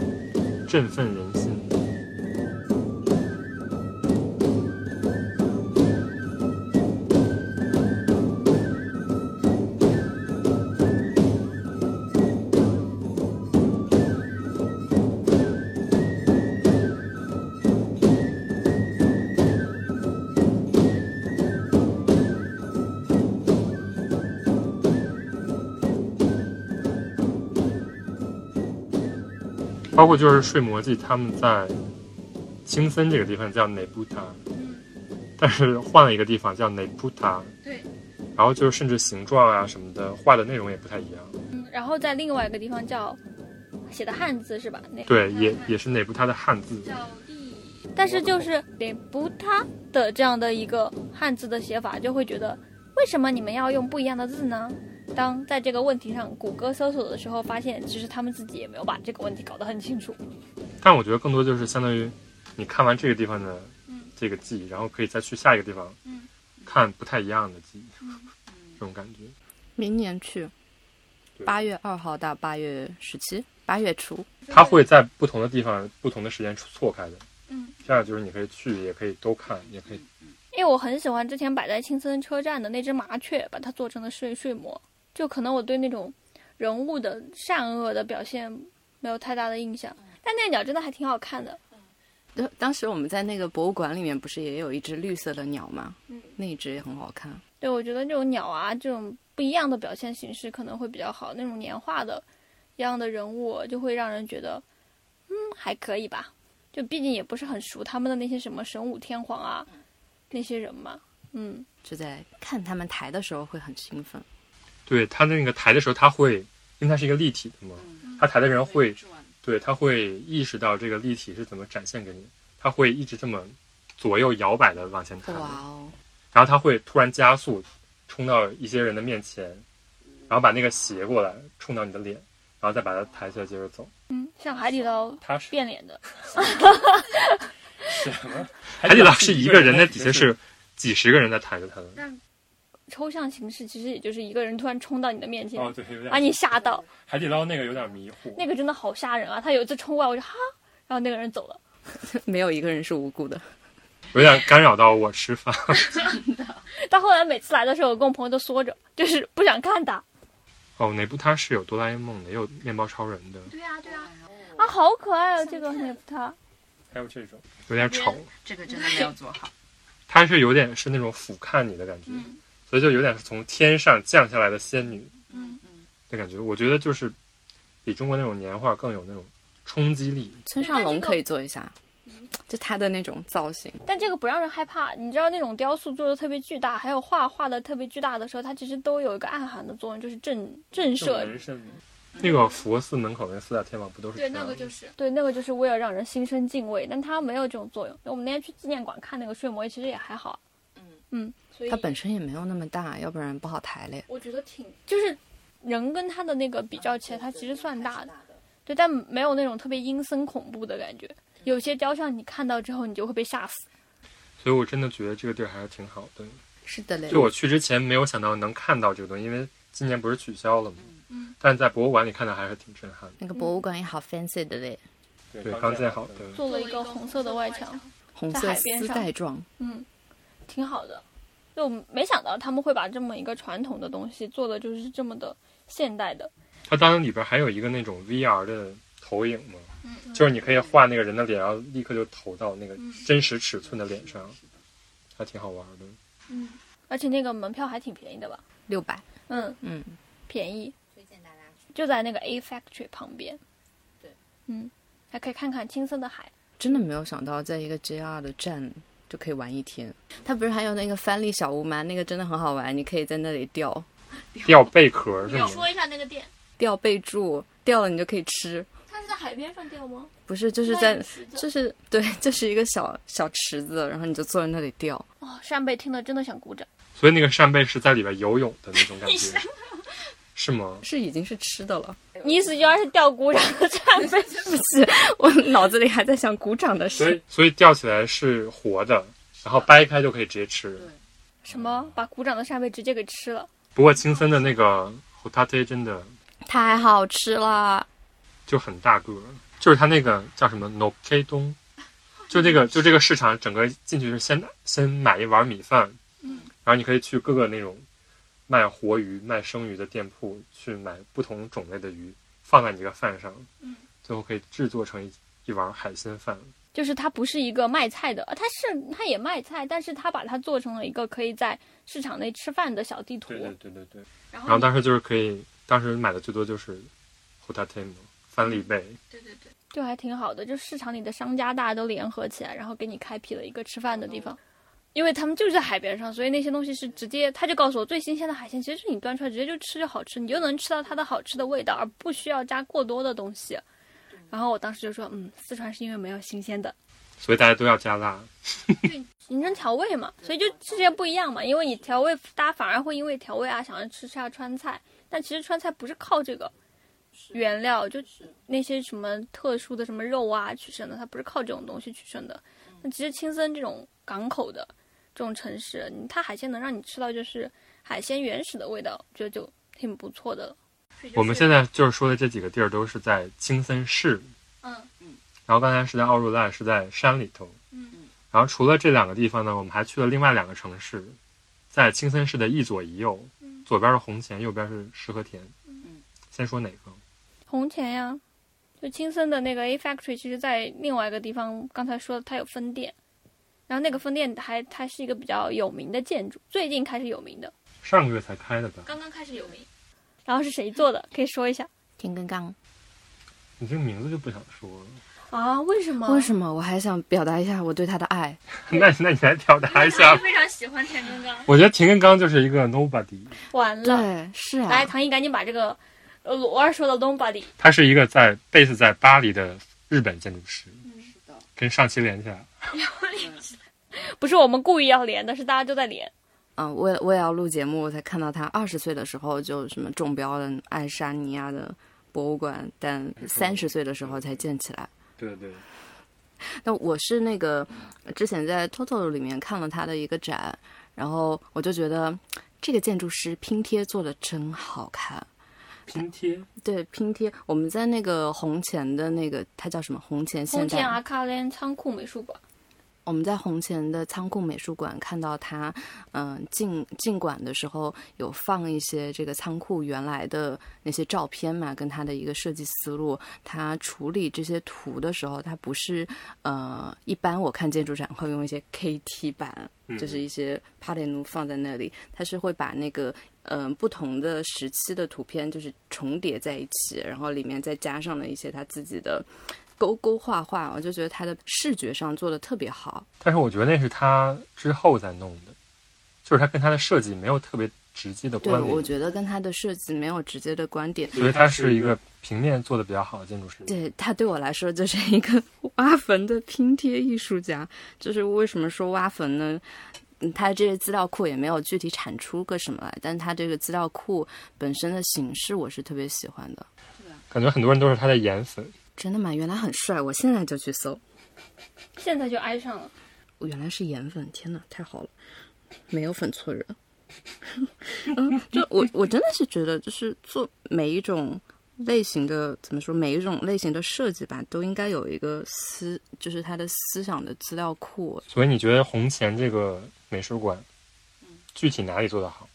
S4: 振奋人心的。包括就是睡魔记他们在青森这个地方叫内布塔，但是换了一个地方叫内布塔，
S1: 对，
S4: 然后就是甚至形状啊什么的画的内容也不太一样，
S1: 嗯，然后在另外一个地方叫写的汉字是吧？那个
S4: 对，也也是内布塔的汉字，
S1: 叫利，但是就是连不他的这样的一个汉字的写法，就会觉得为什么你们要用不一样的字呢？当在这个问题上谷歌搜索的时候，发现其实他们自己也没有把这个问题搞得很清楚。
S4: 但我觉得更多就是相当于你看完这个地方的这个记忆，然后可以再去下一个地方
S1: 嗯
S4: 看不太一样的记忆，这种感觉。
S3: 明年去，
S4: 对
S3: 八月二号到八月十七，八月初。
S4: 它会在不同的地方、不同的时间错开的。
S1: 嗯，
S4: 这样就是你可以去，也可以都看，也可以。
S1: 因为我很喜欢之前摆在青森车站的那只麻雀，把它做成了睡睡魔。就可能我对那种人物的善恶的表现没有太大的印象，但那鸟真的还挺好看的。
S3: 呃当时我们在那个博物馆里面，不是也有一只绿色的鸟吗？
S1: 嗯，
S3: 那一只也很好看。
S1: 对，我觉得这种鸟啊，这种不一样的表现形式可能会比较好。那种年画的一样的人物，就会让人觉得，嗯，还可以吧。就毕竟也不是很熟他们的那些什么神武天皇啊，那些人嘛。嗯，
S3: 就在看他们抬的时候会很兴奋。
S4: 对它那个抬的时候，它会，因为它是一个立体的嘛，嗯
S1: 嗯
S4: 它抬的人会，对，他会意识到这个立体是怎么展现给你，他会一直这么左右摇摆的往前抬，
S3: 哇哦！
S4: 然后他会突然加速，冲到一些人的面前，然后把那个斜过来冲到你的脸，然后再把它抬起来接着走。
S1: 像海底捞
S5: 他是
S1: 变脸的，
S5: 什么？
S4: 海底捞是一个人，那底下是几十个人在抬着它的。
S1: 抽象形式其实也就是一个人突然冲到你的面前，
S4: 哦，对，有点
S1: 把你吓到，
S4: 海底捞那个有点迷糊，
S1: 那个真的好吓人啊！他有一次冲过来，我就哈，然后那个人走了。
S3: 没有一个人是无辜的。
S4: 有点干扰到我吃饭。
S1: 到后来每次来的时候，我跟我朋友都缩着，就是不想看他。
S4: 哦，哪部它是有哆啦 A 梦的，也有面包超人的，
S1: 啊，好可爱哦，这个那他。
S5: 还有这种，
S4: 有点丑。
S6: 这个真的没有做好。
S4: 它是有点是那种俯瞰你的感觉，所以就有点是从天上降下来的仙女
S6: 嗯嗯，
S4: 的感觉。我觉得就是比中国那种年画更有那种冲击力。
S3: 村上龙可以做一下，就他的那种造型，
S1: 但这个不让人害怕，你知道那种雕塑做的特别巨大，还有画画的特别巨大的时候，它其实都有一个暗含的作用，就是震震慑。
S5: 生
S6: 嗯
S4: 那个佛寺门口那四大天王不都是这样的？
S6: 是
S1: 对，那个就是为了让人心生敬畏，但它没有这种作用。我们那天去纪念馆看那个睡魔，其实也还好。
S6: 嗯
S1: 嗯，所以
S3: 他本身也没有那么大，要不然不好抬嘞。
S1: 我觉得挺就是人跟他的那个比较起来，它其实算大的，
S6: 的。
S1: 对，但没有那种特别阴森恐怖的感觉。有些雕像你看到之后，你就会被吓死。
S4: 所以我真的觉得这个地儿还是挺好的。
S3: 是的嘞
S4: 就我去之前没有想到能看到这个东西，因为今年不是取消了吗？
S1: 嗯
S4: 但是在博物馆里看到还是挺震撼的。
S3: 那个博物馆也好 fancy 的嘞，
S4: 对，刚建好的，
S1: 做了一个红色的外墙，
S3: 红
S1: 在
S3: 色
S1: 海边
S3: 丝
S1: 上
S3: 带状。
S1: 嗯，挺好的。就没想到他们会把这么一个传统的东西做的就是这么的现代的，
S4: 它当然里边还有一个那种 VR 的投影嘛，就是你可以画那个人的脸，然后立刻就投到那个真实尺寸的脸上，还挺好玩的。
S1: 而且那个门票还挺便宜的吧？
S3: 六百，
S1: 嗯，
S3: 嗯，
S1: 便宜，
S6: 推荐大家去。
S1: 就在那个 A Factory 旁边。
S6: 对，
S1: 嗯，还可以看看青森的海。
S3: 真的没有想到，在一个 JR 的站就可以玩一天。它不是还有那个帆立小屋吗？那个真的很好玩，你可以在那里钓
S4: 掉贝壳是吗？
S1: 一下那个店，
S3: 钓贝柱，钓了你就可以吃。
S1: 它是在海边上钓吗？
S3: 不是，就是在，
S1: 这
S3: 就是对， 就是一个小小池子，然后你就坐在那里钓。
S1: 哦，扇贝听了真的想鼓掌。
S4: 所以那个扇贝是在里边游泳的那种感觉，是吗？
S3: 是已经是吃的了，
S1: 你意思就要是钓鼓掌的扇贝？
S3: 对不起，我脑子里还在想鼓掌的
S4: 所以
S3: 事。
S4: 所以钓起来是活的，然后掰开就可以直接吃。
S1: 什么？把鼓掌的扇贝直接给吃了？
S4: 不过青森的那个 hotate 真的
S3: 太好吃了，
S4: 就很大个儿，就是它那个叫什么 no k 东，就这个就这个市场整个进去是先先买一碗米饭，
S1: 嗯，
S4: 然后你可以去各个那种卖活鱼、卖生鱼的店铺去买不同种类的鱼，放在你这个饭上，
S1: 嗯，
S4: 最后可以制作成一一碗海鲜饭。
S1: 就是它不是一个卖菜的，呃它是它也卖菜，但是它把它做成了一个可以在市场内吃饭的小地图。
S4: 对对对。
S1: 然
S4: 然
S1: 嗯
S4: 后当时就是可以，当时买的最多就是 hotate 嘛，翻立贝，
S1: 对对对，就还挺好的。就市场里的商家大家都联合起来，然后给你开辟了一个吃饭的地方，因为他们就是在海边上，所以那些东西是直接他就告诉我，最新鲜的海鲜其实是你端出来直接就吃就好吃，你就能吃到它的好吃的味道，而不需要加过多的东西。然后我当时就说，嗯，四川是因为没有新鲜的，
S4: 所以大家都要加辣。
S1: 你能调味嘛，所以就这些不一样嘛。因为你调味，大家反而会因为调味啊，想要吃下川菜。但其实川菜不是靠这个原料，就那些什么特殊的什么肉啊取胜的，它不是靠这种东西取胜的。那其实青森这种港口的这种城市，你它海鲜能让你吃到就是海鲜原始的味道，我觉得就挺不错的了。
S4: 我们现在就是说的这几个地儿都是在青森市，
S1: 嗯
S4: 然后刚才是在奥若大，是在山里头。
S1: 嗯
S4: 然后除了这两个地方呢，我们还去了另外两个城市，在青森市的一左一右，
S1: 嗯，
S4: 左边是红前，右边是石和田。
S6: 嗯，
S4: 先说哪个？
S1: 红前呀，就青森的那个 A Factory，其实在另外一个地方，刚才说它有分店，然后那个分店还它是一个比较有名的建筑，最近开始有名的，
S4: 上个月才开的吧？
S1: 刚刚开始有名。然后是谁做的？可以说一下
S3: 田根刚。
S4: 你这个名字就不想说 了。
S1: 啊？为什么
S3: 为什么？我还想表达一下我对他的爱。
S4: 那那你来表达 一下吧。
S1: 非常喜欢田根刚。
S4: 我觉得田根刚就是一个 nobody，
S1: 完了，
S3: 对，是啊。
S1: 来，唐毅赶紧把这个呃罗二说的 Nobody
S4: 他是一个在 base 在巴黎的日本建筑师，
S1: 嗯
S6: 是的，
S4: 跟上期连起来。
S1: 不是我们故意要连的，是大家都在连。
S3: 嗯，我也我也要录节目，我才看到他二十岁的时候就什么中标了爱沙尼亚的博物馆，但三十岁的时候才建起来。
S4: 对对，
S3: 那我是那个之前在 Toto 里面看了他的一个展，然后我就觉得这个建筑师拼贴做的真好看。
S4: 拼贴。
S3: 对，拼贴，我们在那个红前的那个，它叫什么？红前现
S1: 红
S3: 代
S1: 前阿啊卡连仓库美术馆，
S3: 我们在红前的仓库美术馆看到他，嗯、进进馆的时候有放一些这个仓库原来的那些照片嘛，跟他的一个设计思路。他处理这些图的时候，他不是呃，一般我看建筑展会用一些 KT 板，
S4: 嗯
S3: 就是一些帕列奴放在那里，它是会把那个嗯、呃不同的时期的图片就是重叠在一起，然后里面再加上了一些他自己的勾勾画画，我就觉得他的视觉上做的特别好。
S4: 但是我觉得那是他之后再弄的，就是他跟他的设计没有特别直接的
S3: 对，
S4: 关联。
S3: 我觉得跟他的设计没有直接的观点。
S4: 所以他是一个平面做的比较好的建筑师。
S3: 对他对我来说就是一个 挖坟的拼贴艺术家。就是为什么说挖坟呢？嗯他这个资料库也没有具体产出个什么来，但他这个资料库本身的形式我是特别喜欢的。
S4: 感觉很多人都是他的颜粉。
S3: 真的吗？原来很帅，我现在就去搜。
S1: 现在就挨上了。
S3: 我原来是颜粉，天哪，太好了，没有粉错人。 嗯，就我我真的是觉得，就是做每一种类型的怎么说，每一种类型的设计吧，都应该有一个思，就是他的思想的资料库。
S4: 所以你觉得红前这个美术馆，具体哪里做得好？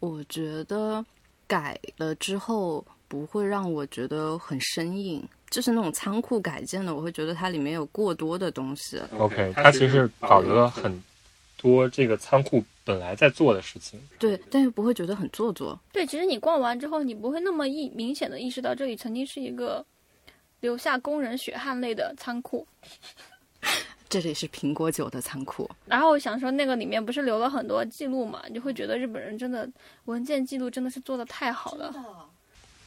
S3: 我觉得改了之后不会让我觉得很生硬，就是那种仓库改建的，我会觉得它里面有过多的东西。
S4: OK，它其实保留了很多这个仓库本来在做的事情。
S3: 对，但又不会觉得很做作。
S1: 对，其实你逛完之后，你不会那么意明显的意识到这里曾经是一个留下工人血汗泪的仓库。
S3: 这里是苹果酒的仓库。
S1: 然后我想说，那个里面不是留了很多记录嘛，你就会觉得日本人真的文件记录真的是做的太好了。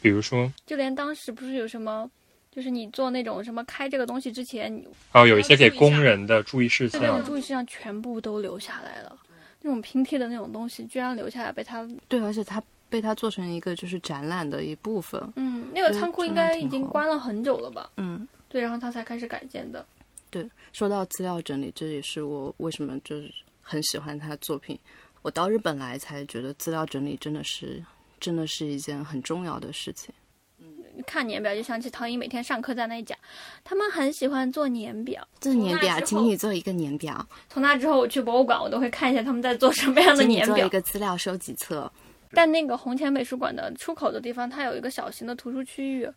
S4: 比如说，
S1: 就连当时不是有什么，就是你做那种什么开这个东西之前，你
S4: 哦，有一些给工人的注意事
S1: 对那种
S4: 项，
S1: 注意事项全部都留下来了。那种拼贴的那种东西，居然留下来被他，
S3: 对，而且它被它做成一个就是展览的一部分。
S1: 嗯，那个
S3: 对
S1: 仓库
S3: 真
S1: 应
S3: 的
S1: 该
S3: 挺
S1: 已经
S3: 好
S1: 关了很久了吧？
S3: 嗯，
S1: 对，然后他才开始改建的。
S3: 对。说到资料整理，这也是我为什么就是很喜欢他的作品。我到日本来才觉得资料整理真的是真的是一件很重要的事情。
S1: 看年表就想起唐颖每天上课在那里讲，他们很喜欢做年表。
S3: 这年表，
S1: 之后
S3: 请你做一个年表，
S1: 从那之后，我去博物馆我都会看一下他们在做什么样的
S3: 请你
S1: 年
S3: 做
S1: 表
S3: 一。个资料收集册。
S1: 但那个红前美术馆的出口的地方，它有一个小型的图书区域。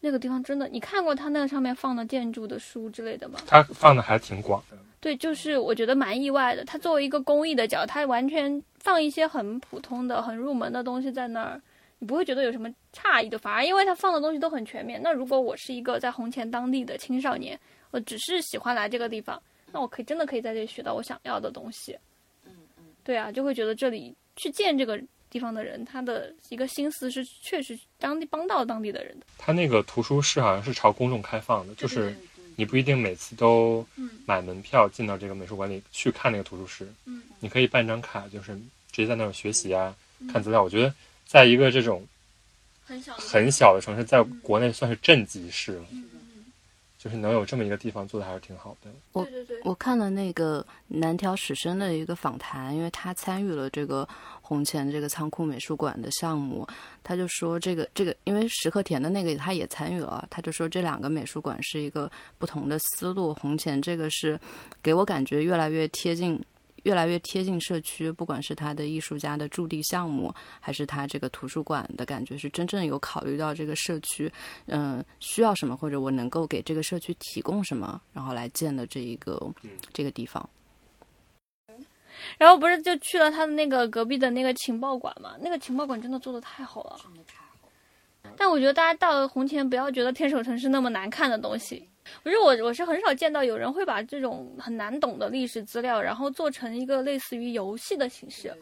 S1: 那个地方真的，你看过它那个上面放的建筑的书之类的吗？
S4: 它放的还挺广的。
S1: 对，就是我觉得蛮意外的。它作为一个公益的角，它完全放一些很普通的、很入门的东西在那儿，你不会觉得有什么诧异的，反而因为他放的东西都很全面。那如果我是一个在红前当地的青少年，我只是喜欢来这个地方，那我可以真的可以在这里学到我想要的东西。
S6: 嗯嗯，
S1: 对啊，就会觉得这里去见这个地方的人，他的一个心思是确实当地帮到当地的人的。
S4: 它那个图书室好像是朝公众开放的，就是
S6: 对对
S4: 你不一定每次都
S1: 嗯
S4: 买门票进到这个美术馆里去看那个图书室，
S1: 嗯，
S4: 你可以办张卡，就是直接在那儿学习啊，看资料。我觉得在一个这种
S1: 嗯很小
S4: 很小的城市，在国内算是镇级市了，
S1: 嗯，
S4: 就是能有这么一个地方做的还是挺好的。
S3: 我
S1: 对对
S3: 我看了那个南条史生的一个访谈，因为他参与了这个红前这个仓库美术馆的项目，他就说这个这个，因为石刻田的那个他也参与了，他就说这两个美术馆是一个不同的思路，红前这个是给我感觉越来越贴近。越来越贴近社区，不管是他的艺术家的驻地项目，还是他这个图书馆的感觉，是真正有考虑到这个社区，嗯、需要什么，或者我能够给这个社区提供什么，然后来建的这一个这个地方。
S1: 然后不是就去了他的那个隔壁的那个情报馆嘛？那个情报馆真的做的太好了。
S6: 真的太好了，
S1: 但我觉得大家到了红前不要觉得天守城是那么难看的东西。不是我，我是很少见到有人会把这种很难懂的历史资料，然后做成一个类似于游戏的形式。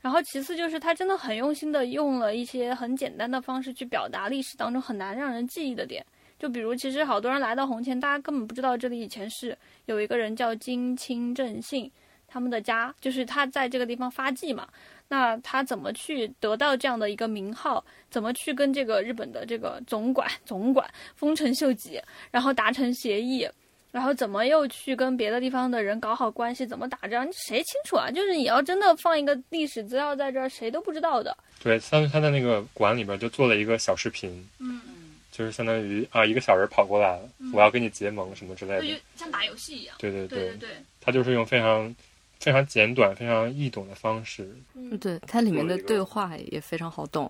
S1: 然后其次就是他真的很用心的用了一些很简单的方式去表达历史当中很难让人记忆的点。就比如，其实好多人来到红前，大家根本不知道这里以前是有一个人叫金清正信，他们的家就是他在这个地方发迹嘛。那他怎么去得到这样的一个名号？怎么去跟这个日本的这个总管总管丰臣秀吉，然后达成协议，然后怎么又去跟别的地方的人搞好关系，怎么打仗，谁清楚啊？就是你要真的放一个历史资料在这儿，谁都不知道的。
S4: 对，像他在那个馆里边就做了一个小视频，
S1: 嗯，
S6: 嗯，
S4: 就是相当于啊一个小人跑过来了，我要跟你结盟什么之类的。
S1: 像打游戏一样。
S4: 对对
S1: 对，
S4: 他就是用非常非常简短、非常易懂的方式。
S1: 嗯，
S3: 对，它里面
S4: 做
S3: 的
S4: 了一个
S3: 对话也非常好懂。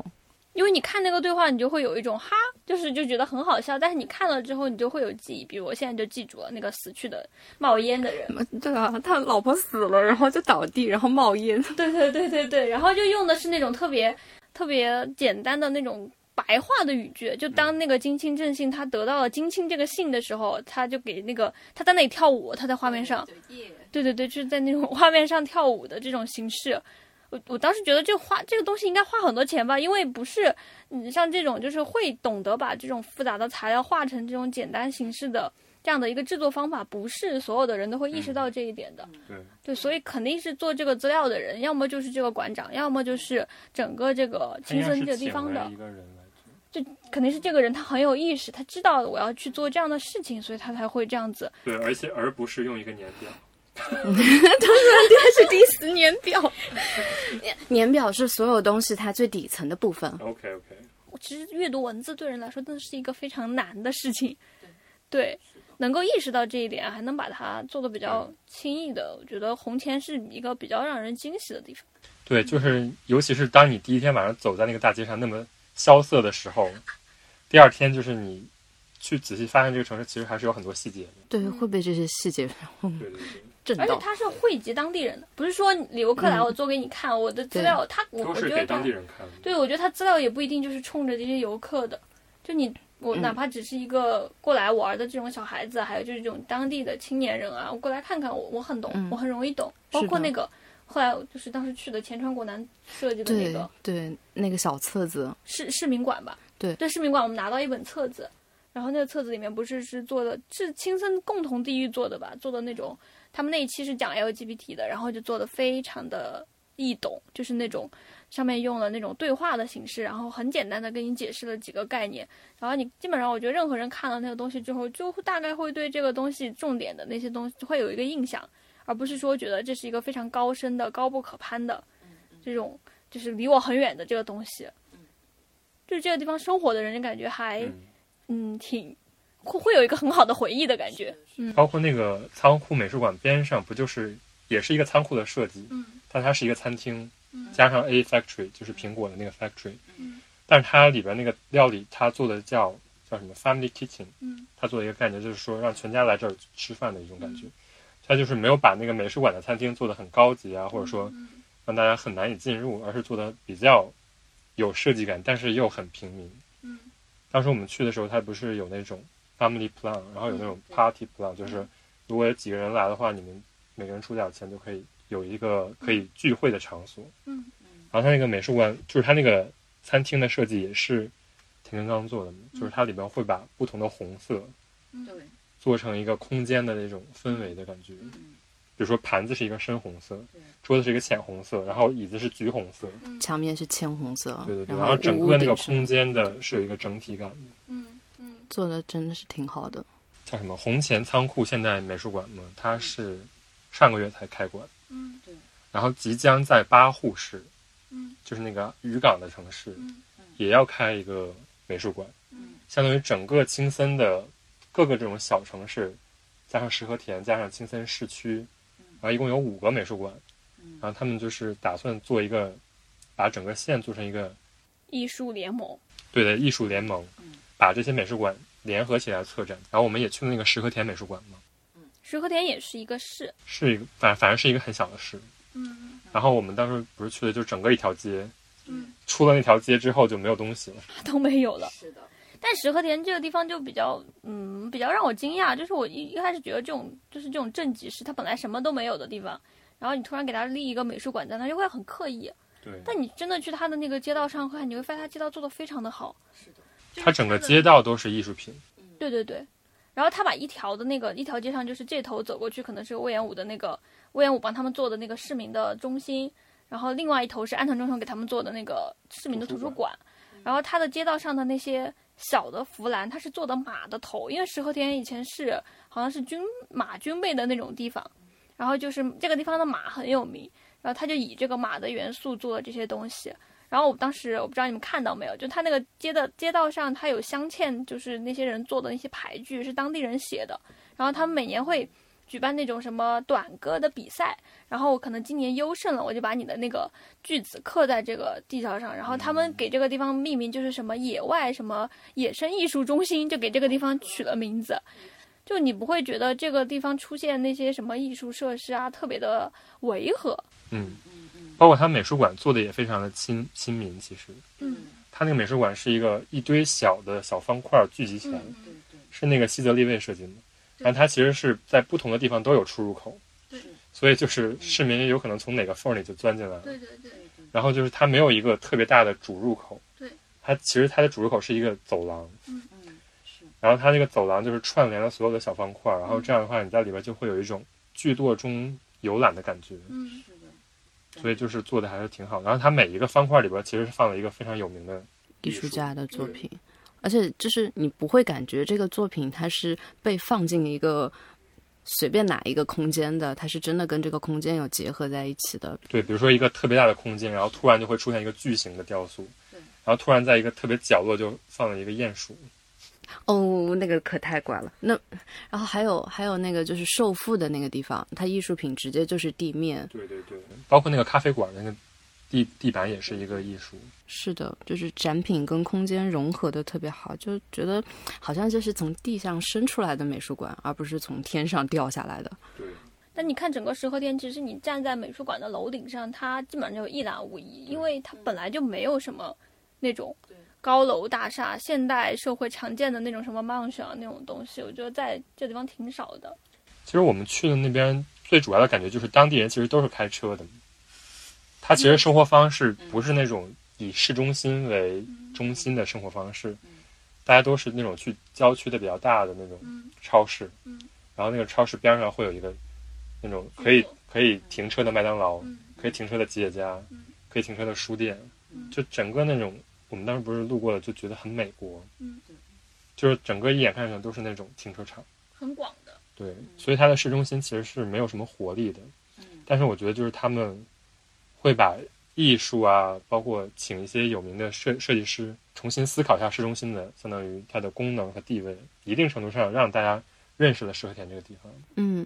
S1: 因为你看那个对话，你就会有一种哈，就是就觉得很好笑，但是你看了之后，你就会有记忆。比如我现在就记住了那个死去的冒烟的人，
S3: 对啊，他老婆死了，然后就倒地，然后冒 烟。
S1: 对对对对对，然后就用的是那种特别特别简单的那种白话的语句，就当那个金清正信他得到了金清这个信的时候，他就给那个他在那里跳舞，他在画面上，
S6: 对耶，
S1: 对对对，就是在那种画面上跳舞的这种形式。我我当时觉得这花这个东西应该花很多钱吧，因为不是你像这种就是会懂得把这种复杂的材料画成这种简单形式的这样的一个制作方法，不是所有的人都会意识到这一点的。
S4: 对，
S1: 对，所以肯定是做这个资料的人，要么就是这个馆长，要么就是整个这个
S4: 他
S1: 青
S4: 应该
S1: 森
S4: 是
S1: 这个地
S4: 请
S1: 方
S4: 了
S1: 的
S4: 一，个人来做。
S1: 肯定是这个人他很有意识，他知道我要去做这样的事情，所以他才会这样子。
S4: 对，而且而不是用一个年表。
S3: 是第十年 表，年表是所有东西它最底层的部分。
S4: OK OK，
S1: 其实阅读文字对人来说，真的是一个非常难的事情。对，能够意识到这一点，还能把它做的比较轻易的，我觉得红前是一个比较让人惊喜的地方。
S4: 对，就是尤其是当你第一天晚上走在那个大街上那么萧瑟的时候，第二天就是你去仔细发现这个城市，其实还是有很多细节的。
S3: 对，会被这些细节
S1: 嗯
S4: 对对对。
S3: 震
S1: 而且
S3: 到。
S1: 他是汇集当地人的，不是说你游客来
S3: 嗯
S1: 我做给你看、我的资
S3: 对
S1: 料，他我
S4: 都
S1: 我
S4: 是
S1: 觉
S4: 给
S1: 得
S4: 当
S1: 他
S4: 地人看的。
S1: 对，我觉得他资料也不一定就是冲着这些游客的，就你我
S3: 嗯
S1: 哪怕只是一个过来玩儿的这种小孩子，还有就是这种当地的青年人啊，我过来看看，我我很懂，
S3: 嗯
S1: 我很容易懂，
S3: 是
S1: 包括
S3: 的
S1: 那个后来就是当时去的前川国男设计的那
S3: 对
S1: 个
S3: 对，那个小册子，
S1: 市市民馆吧，
S3: 对
S1: 对市民馆我们拿到一本册子，然后那个册子里面不是是做的是青森共同地域做的吧，做的那种他们那一期是讲 LGBT 的，然后就做的非常的易懂，就是那种上面用了那种对话的形式，然后很简单的跟你解释了几个概念，然后你基本上我觉得任何人看了那个东西之后，就会大概会对这个东西重点的那些东西会有一个印象，而不是说觉得这是一个非常高深的、高不可攀的这种，就是离我很远的这个东西。就是这个地方生活的人，感觉还
S4: 嗯，
S1: 嗯挺会会有一个很好的回忆的感觉。嗯
S4: 包括那个仓库美术馆边上，不就是也是一个仓库的设计，
S1: 嗯
S4: 但它是一个餐厅，
S1: 嗯
S4: 加上 A Factory 就是苹果的那个 Factory，
S1: 嗯
S4: 但是它里边那个料理，它做的叫叫什么 Family Kitchen，
S1: 嗯
S4: 它做的一个概念就是说让全家来这儿吃饭的一种感觉，它就是没有把那个美术馆的餐厅做的很高级啊，或者说
S1: 嗯
S4: 让大家很难以进入，而是做的比较有设计感，但是又很平民。
S1: 嗯
S4: 当时我们去的时候，它不是有那种 family plan，然后有那种 party plan，就是如果有几个人来的话，你们每个人出点钱就可以有一个可以聚会的场所。
S1: 嗯，
S4: 然后它那个美术馆，就是它那个餐厅的设计也是田根刚做的嘛，就是它里边会把不同的红色
S1: 嗯
S6: 对，
S4: 做成一个空间的那种氛围的感觉。
S6: 嗯，
S4: 比如说盘子是一个深红色
S6: 对，
S4: 桌子是一个浅红色，然后椅子是橘红色，
S1: 嗯
S3: 墙面是浅红色，
S4: 对对对，然
S3: 啊然
S4: 后整
S3: 屋
S4: 个那
S3: 顶
S4: 个
S3: 是
S4: 空间的是有一个整体感的，
S1: 嗯嗯
S3: 做的真的是挺好的。
S4: 叫什么红前仓库现代美术馆嘛，它是上个月才开馆，
S1: 嗯
S4: 然后即将在八户市，
S1: 嗯
S4: 就是那个渔港的城市，
S1: 嗯
S4: 也要开一个美术馆
S1: 嗯，
S4: 相当于整个青森的各个这种小城市，加上石和田，加上青森市区，然后一共有五个美术馆，然后他们就是打算做一个，把整个县做成一个
S1: 艺术联盟，
S4: 对的艺术联盟，把这些美术馆联合起来策展。然后我们也去了那个石和田美术馆嘛，
S1: 石河田也是一个市，
S4: 是一个反反正是一个很小的市。
S1: 嗯，
S4: 然后我们当时不是去的就整个一条街，
S1: 嗯
S4: 出了那条街之后就没有东西了。
S1: 都没有了。
S6: 是的，
S1: 但石河田这个地方就比较，嗯，比较让我惊讶，就是我一一开始觉得这种就是这种正极市，它本来什么都没有的地方，然后你突然给它立一个美术馆在那，就会很刻意。
S4: 对，
S1: 但你真的去它的那个街道上看，你会发现它街道做的非常的好，
S6: 是的，
S4: 它整个街道都是艺术品。
S1: 对对对，然后他把一条的那个一条街上，就是这头走过去可能是魏延武的那个魏延武帮他们做的那个市民的中心，然后另外一头是安藤忠雄给他们做的那个市民的图书馆，嗯然后他的街道上的那些小的扶栏，它是做的马的头，因为石河田以前是好像是军马军备的那种地方，然后就是这个地方的马很有名，然后他就以这个马的元素做了这些东西，然后我当时我不知道你们看到没有，就他那个街的街道上，他有镶嵌，就是那些人做的那些牌具是当地人写的。然后他们每年会举办那种什么短歌的比赛，然后我可能今年优胜了，我就把你的那个句子刻在这个地条上。然后他们给这个地方命名就是什么野外什么野生艺术中心，就给这个地方取了名字。就你不会觉得这个地方出现那些什么艺术设施啊，特别的违和。
S4: 嗯，包括它美术馆做的也非常的亲亲民。其实
S1: 嗯
S4: 它那个美术馆是一个一堆小的小方块聚集起来的，
S1: 嗯
S6: 对对，
S4: 是那个西泽立卫设计的。但它其实是在不同的地方都有出入口，所以就是市民有可能从哪个缝里就钻进来了。
S1: 嗯对对
S6: 对对，
S4: 然后就是它没有一个特别大的主入口，
S1: 对，
S4: 它其实它的主入口是一个走廊，
S6: 嗯，是，
S4: 然后它那个走廊就是串联了所有的小方块，然
S1: 嗯
S4: 后这样的话你在里边就会有一种聚落中游览的感觉，
S1: 嗯
S6: 是的，
S4: 所以就是做的还是挺好。然后它每一个方块里边其实是放了一个非常有名的
S3: 艺
S4: 术
S3: 术家的作品，而且就是你不会感觉这个作品它是被放进一个随便哪一个空间的，它是真的跟这个空间有结合在一起的。
S4: 对，比如说一个特别大的空间，然后突然就会出现一个巨型的雕塑，
S6: 对
S4: 然后突然在一个特别角落就放了一个鼹鼠，
S3: 哦，那个可太怪了。那然后还有还有那个就是售付的那个地方，它艺术品直接就是地面，
S4: 对对对，包括那个咖啡馆那个地地板也是一个艺术，
S3: 是的，就是展品跟空间融合的特别好，就觉得好像就是从地上伸出来的美术馆，而不是从天上掉下来的。
S4: 对，
S1: 但你看整个石河店，其实你站在美术馆的楼顶上，它基本上就一览无遗，因为它本来就没有什么那种高楼大厦、现代社会常见的那种什么 mansion 啊那种东西，我觉得在这地方挺少的。
S4: 其实我们去的那边最主要的感觉就是当地人其实都是开车的，他其实生活方式不是那种以市中心为中心的生活方式，大家都是那种去郊区的比较大的那种超市，然后那个超市边上会有一个那种可以可以停车的麦当
S1: 嗯
S4: 劳，可以停车的吉野家，可以停车的书店，就整个那种我们当时不是路过了就觉得很美国，就是整个一眼看上去都是那种停车场。
S1: 很广的，
S4: 对，所以它的市中心其实是没有什么活力的。
S1: 嗯
S4: 但是我觉得就是他们会把艺术啊，包括请一些有名的设设计师，重新思考一下市中心的相当于它的功能和地位，一定程度上让大家认识了石和田这个地方。
S3: 嗯，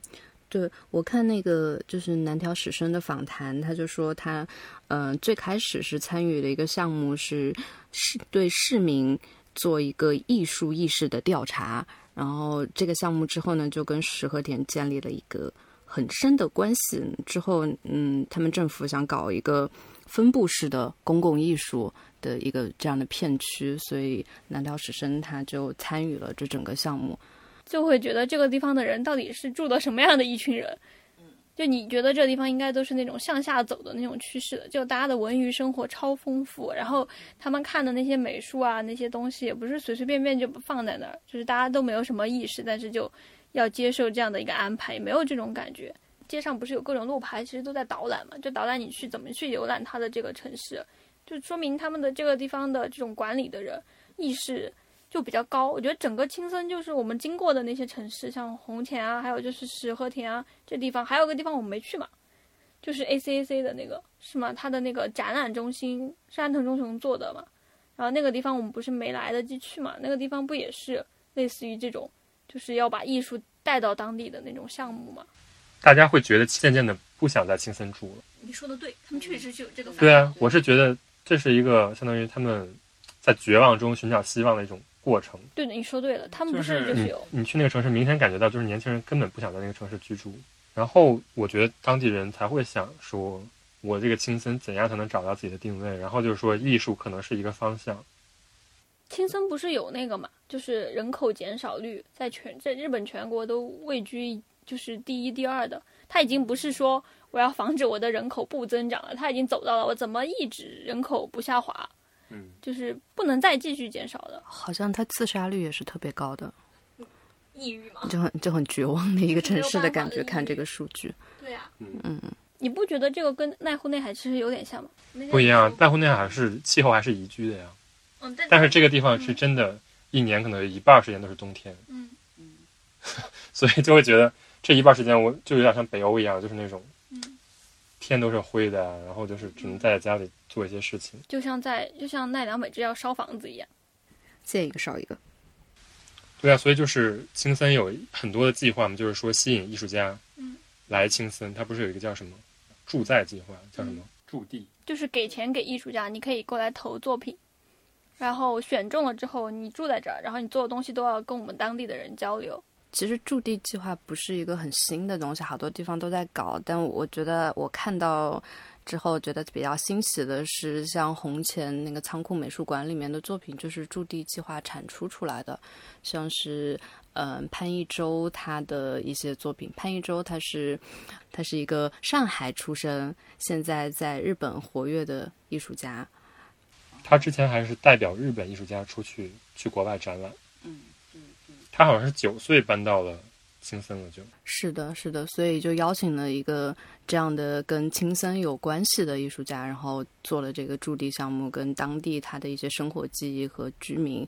S3: 对我看那个就是南条史生的访谈，他就说他，嗯、最开始是参与了一个项目是，是对市民做一个艺术意识的调查，然后这个项目之后呢，就跟石和田建立了一个很深的关系。之后，嗯，他们政府想搞一个分布式的公共艺术，的一个这样的片区，所以南岛史深他就参与了这整个项目。
S1: 就会觉得这个地方的人到底是住的什么样的一群人。就你觉得这地方应该都是那种向下走的那种趋势的，就大家的文娱生活超丰富，然后他们看的那些美术啊那些东西也不是随随便便就放在那儿，就是大家都没有什么意识，但是就要接受这样的一个安排，也没有这种感觉。街上不是有各种路牌，其实都在导览嘛，就导览你去怎么去游览它的这个城市，就说明他们的这个地方的这种管理的人意识就比较高。我觉得整个青森就是我们经过的那些城市，像红田啊，还有就是石和田啊这地方，还有个地方我们没去嘛，就是 ACAC 的那个是吗？它的那个展览中心山藤忠雄做的嘛，然后那个地方我们不是没来得及去嘛，那个地方不也是类似于这种，就是要把艺术带到当地的那种项目嘛？
S4: 大家会觉得渐渐的不想在青森住了。
S1: 你说的对，他们确实是有这个
S4: 对啊，我是觉得这是一个相当于他们在绝望中寻找希望的一种过程。
S1: 对的，你说对了，他们不
S5: 就是嗯是
S1: 就是
S4: 你
S1: 有，
S4: 你去那个城市，明显感觉到就是年轻人根本不想在那个城市居住。然后我觉得当地人才会想说，我这个青森怎样才能找到自己的定位？然后就是说，艺术可能是一个方向。
S1: 青森不是有那个嘛，就是人口减少率在全在日本全国都位居就是第一、第二的。它已经不是说我要防止我的人口不增长了，它已经走到了我怎么抑制人口不下滑，
S4: 嗯，
S1: 就是不能再继续减少了。
S3: 好像他自杀率也是特别高的，
S1: 抑郁嘛，
S3: 就很就很绝望的一个城市的感
S1: 没有
S3: 觉。
S1: 办法
S3: 看这个数据，
S1: 对呀、
S4: 嗯
S1: 嗯，你不觉得这个跟濑户内海其实有点像吗？
S4: 不一样。濑户内海是气候还是宜居的呀？
S1: 嗯，
S4: 但是这个地方是真的，一年可能有一半儿时间都是冬天，
S1: 嗯
S6: 嗯，
S4: 所以就会觉得这一半儿时间我就有点像北欧一样，就是那种
S1: 嗯，
S4: 天都是灰的，啊然后就是只能待在家里做一些事情。
S1: 就像在就像奈良美智要烧房子一样。
S3: 见一个少一个。
S4: 对啊，所以就是青森有很多的计划嘛，就是说吸引艺术家
S1: 嗯
S4: 来青森，它不是有一个叫什么驻在计划，叫
S6: 嗯
S4: 什么驻地？
S1: 就是给钱给艺术家，你可以过来投作品，然后选中了之后，你住在这儿，然后你做的东西都要跟我们当地的人交流。
S3: 其实驻地计划不是一个很新的东西，好多地方都在搞。但我觉得我看到之后，觉得比较欣喜的是，像红前那个仓库美术馆里面的作品，就是驻地计划产出出来的，像是嗯、呃潘一舟他的一些作品。潘一舟他是他是一个上海出生，现在在日本活跃的艺术家。
S4: 他之前还是代表日本艺术家出去去国外展览，
S6: 嗯嗯嗯，
S4: 他好像是九岁搬到了青森了就。
S3: 是的，是的，所以就邀请了一个这样的跟青森有关系的艺术家，然后做了这个驻地项目，跟当地他的一些生活记忆和居民，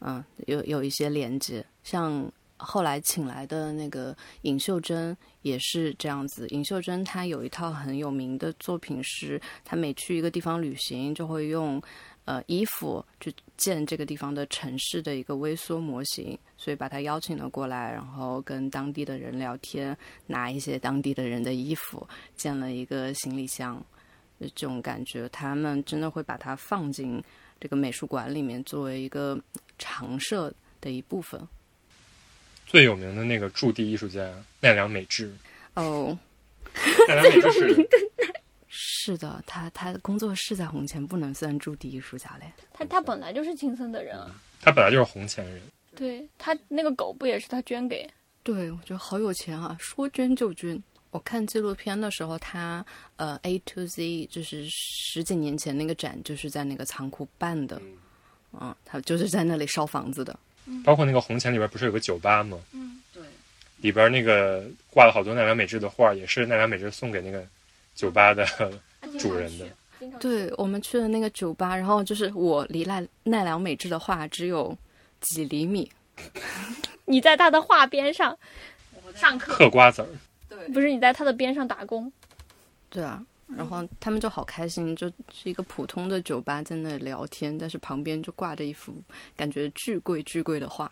S3: 嗯，有有一些连接。像后来请来的那个尹秀珍也是这样子。尹秀珍她有一套很有名的作品是，她每去一个地方旅行，就会用呃衣服去建这个地方的城市的一个微缩模型，所以把他邀请了过来，然后跟当地的人聊天，拿一些当地的人的衣服建了一个行李箱，就这种感觉，他们真的会把它放进这个美术馆里面作为一个常设的一部分。
S4: 最有名的那个驻地艺术家奈良 美智，
S3: 哦，
S4: 奈良美智是
S3: 是的，他他的工作室在红前不能算驻地艺术家嘞。
S1: 他他本来就是青森的人啊，
S4: 他本来就是红前人，
S1: 对他那个狗不也是他捐给？
S3: 对，我觉得好有钱啊，说捐就捐。我看纪录片的时候，他呃 A to Z 就是十几年前那个展，就是在那个仓库办的，嗯，他就是在那里烧房子的。
S4: 包括那个红前里边不是有个酒吧吗？
S6: 嗯对，
S4: 里边那个挂了好多奈良美智的画，也是奈良美智送给那个酒吧
S6: 嗯
S4: 的主人的。
S3: 对我们去了那个酒吧，然后就是我离奈奈良美智的画只有几厘米，
S1: 你在他的画边上
S6: 我在
S1: 上课，
S4: 嗑瓜子儿。
S6: 对，
S1: 不是你在他的边上打工。
S3: 对啊，然后他们就好开心，就是一个普通的酒吧在那里聊天，但是旁边就挂着一幅感觉巨贵巨贵的画。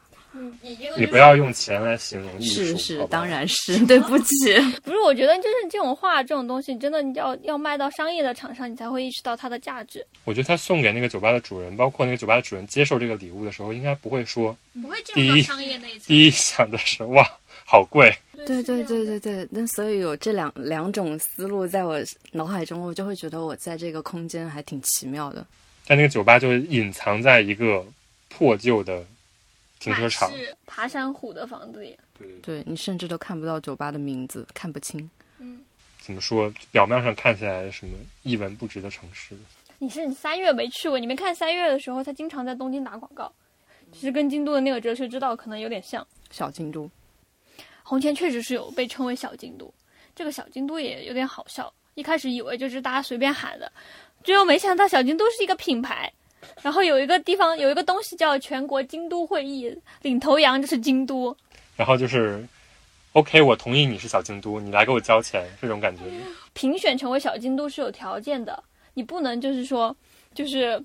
S1: 你这个
S4: 你不要用钱来形容艺术，
S3: 是是
S4: 好，吧
S3: 当。然是， 对不起。
S1: 不是，我觉得就是这种画这种东西，真的你要要卖到商业的场上，你才会意识到它的价值。
S4: 我觉得他送给那个酒吧的主人，包括那个酒吧的主人接受这个礼物的时候，应该不会说
S1: 不会
S4: 入到第一
S1: 商业那一层。
S4: 第一想的是哇好贵，
S3: 对对对对对，那所以有这两两种思路在我脑海中，我就会觉得我在这个空间还挺奇妙的。
S4: 但那个酒吧就隐藏在一个破旧的停车场
S1: 还。是爬山虎的房子里，
S4: 对对对
S3: 对你甚至都看不到酒吧的名字，看不清。
S1: 嗯，
S4: 怎么说？表面上看起来什么一文不值的城市，
S1: 你是你三月没去过，你没看三月的时候，他经常在东京打广告，其实跟京都的那个哲学之道可能有点像。
S3: 小京都，
S1: 红前确实是有被称为小京都，这个小京都也有点好笑。一开始以为就是大家随便喊的，最后没想到小京都是一个品牌。然后有一个地方有一个东西叫全国京都会议，领头羊就是京都。
S4: 然后就是，OK，我同意你是小京都，你来给我交钱，这种感觉。
S1: 评选成为小京都是有条件的，你不能就是说就是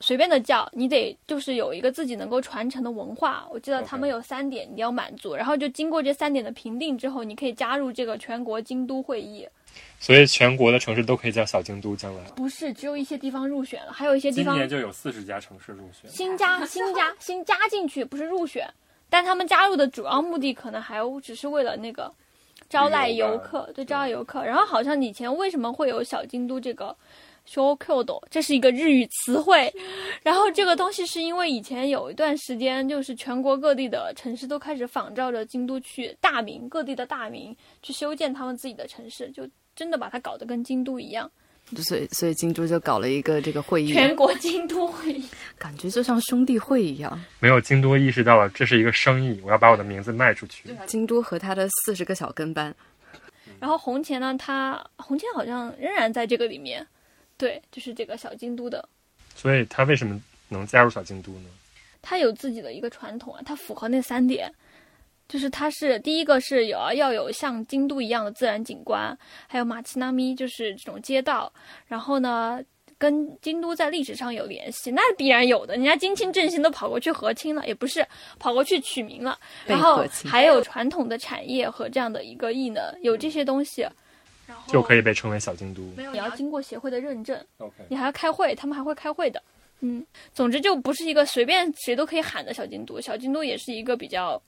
S1: 随便的叫，你得就是有一个自己能够传承的文化。我记得他们
S4: OK
S1: 有三点你要满足，然后就经过这三点的评定之后，你可以加入这个全国京都会议。
S4: 所以全国的城市都可以叫小京都，将来
S1: 不是只有一些地方入选了，还有一些地
S4: 今
S1: 方
S4: 年就有四十家城市入选。
S1: 新 加新加新加进去，不是入选，但他们加入的主要目的可能还只是为了那个招揽
S4: 旅游吧
S1: 游客，对，招揽游客。然后好像以前为什么会有小京都这个 s h o k y o d o 这是一个日语词汇，然后这个东西是因为以前有一段时间，就是全国各地的城市都开始仿照着京都去大名，各地的大名去修建他们自己的城市，就真的把它搞得跟京都一样，
S3: 所以所以京都就搞了一个这个会议，
S1: 全国京都会议。
S3: 感觉就像兄弟会一样。
S4: 没有京都意识到了这是一个生意，我要把我的名字卖出去。
S3: 京都和他的四十个小跟班，
S1: 然后红前呢，他红前好像仍然在这个里面，对，就是这个小京都的，
S4: 所以他为什么能加入小京都呢？
S1: 他有自己的一个传统啊，他符合那三点，就是他是第一个是有啊要有像京都一样的自然景观，还有马奇纳咪就是这种街道，然后呢。跟京都在历史上有联系，那必然有的。人家金清振兴都跑过去和亲了，也不是跑过去取名了。
S3: 被
S1: 然后
S3: 和亲
S1: 还有传统的产业和这样的一个异能，有这些东西，然后
S4: 就可以被称为小京都。
S1: 你要经过协会的认证，
S4: OK，
S1: 你还要开会，他们还会开会的。嗯，总之就不是一个随便谁都可以喊的小京都，小京都也是一个比较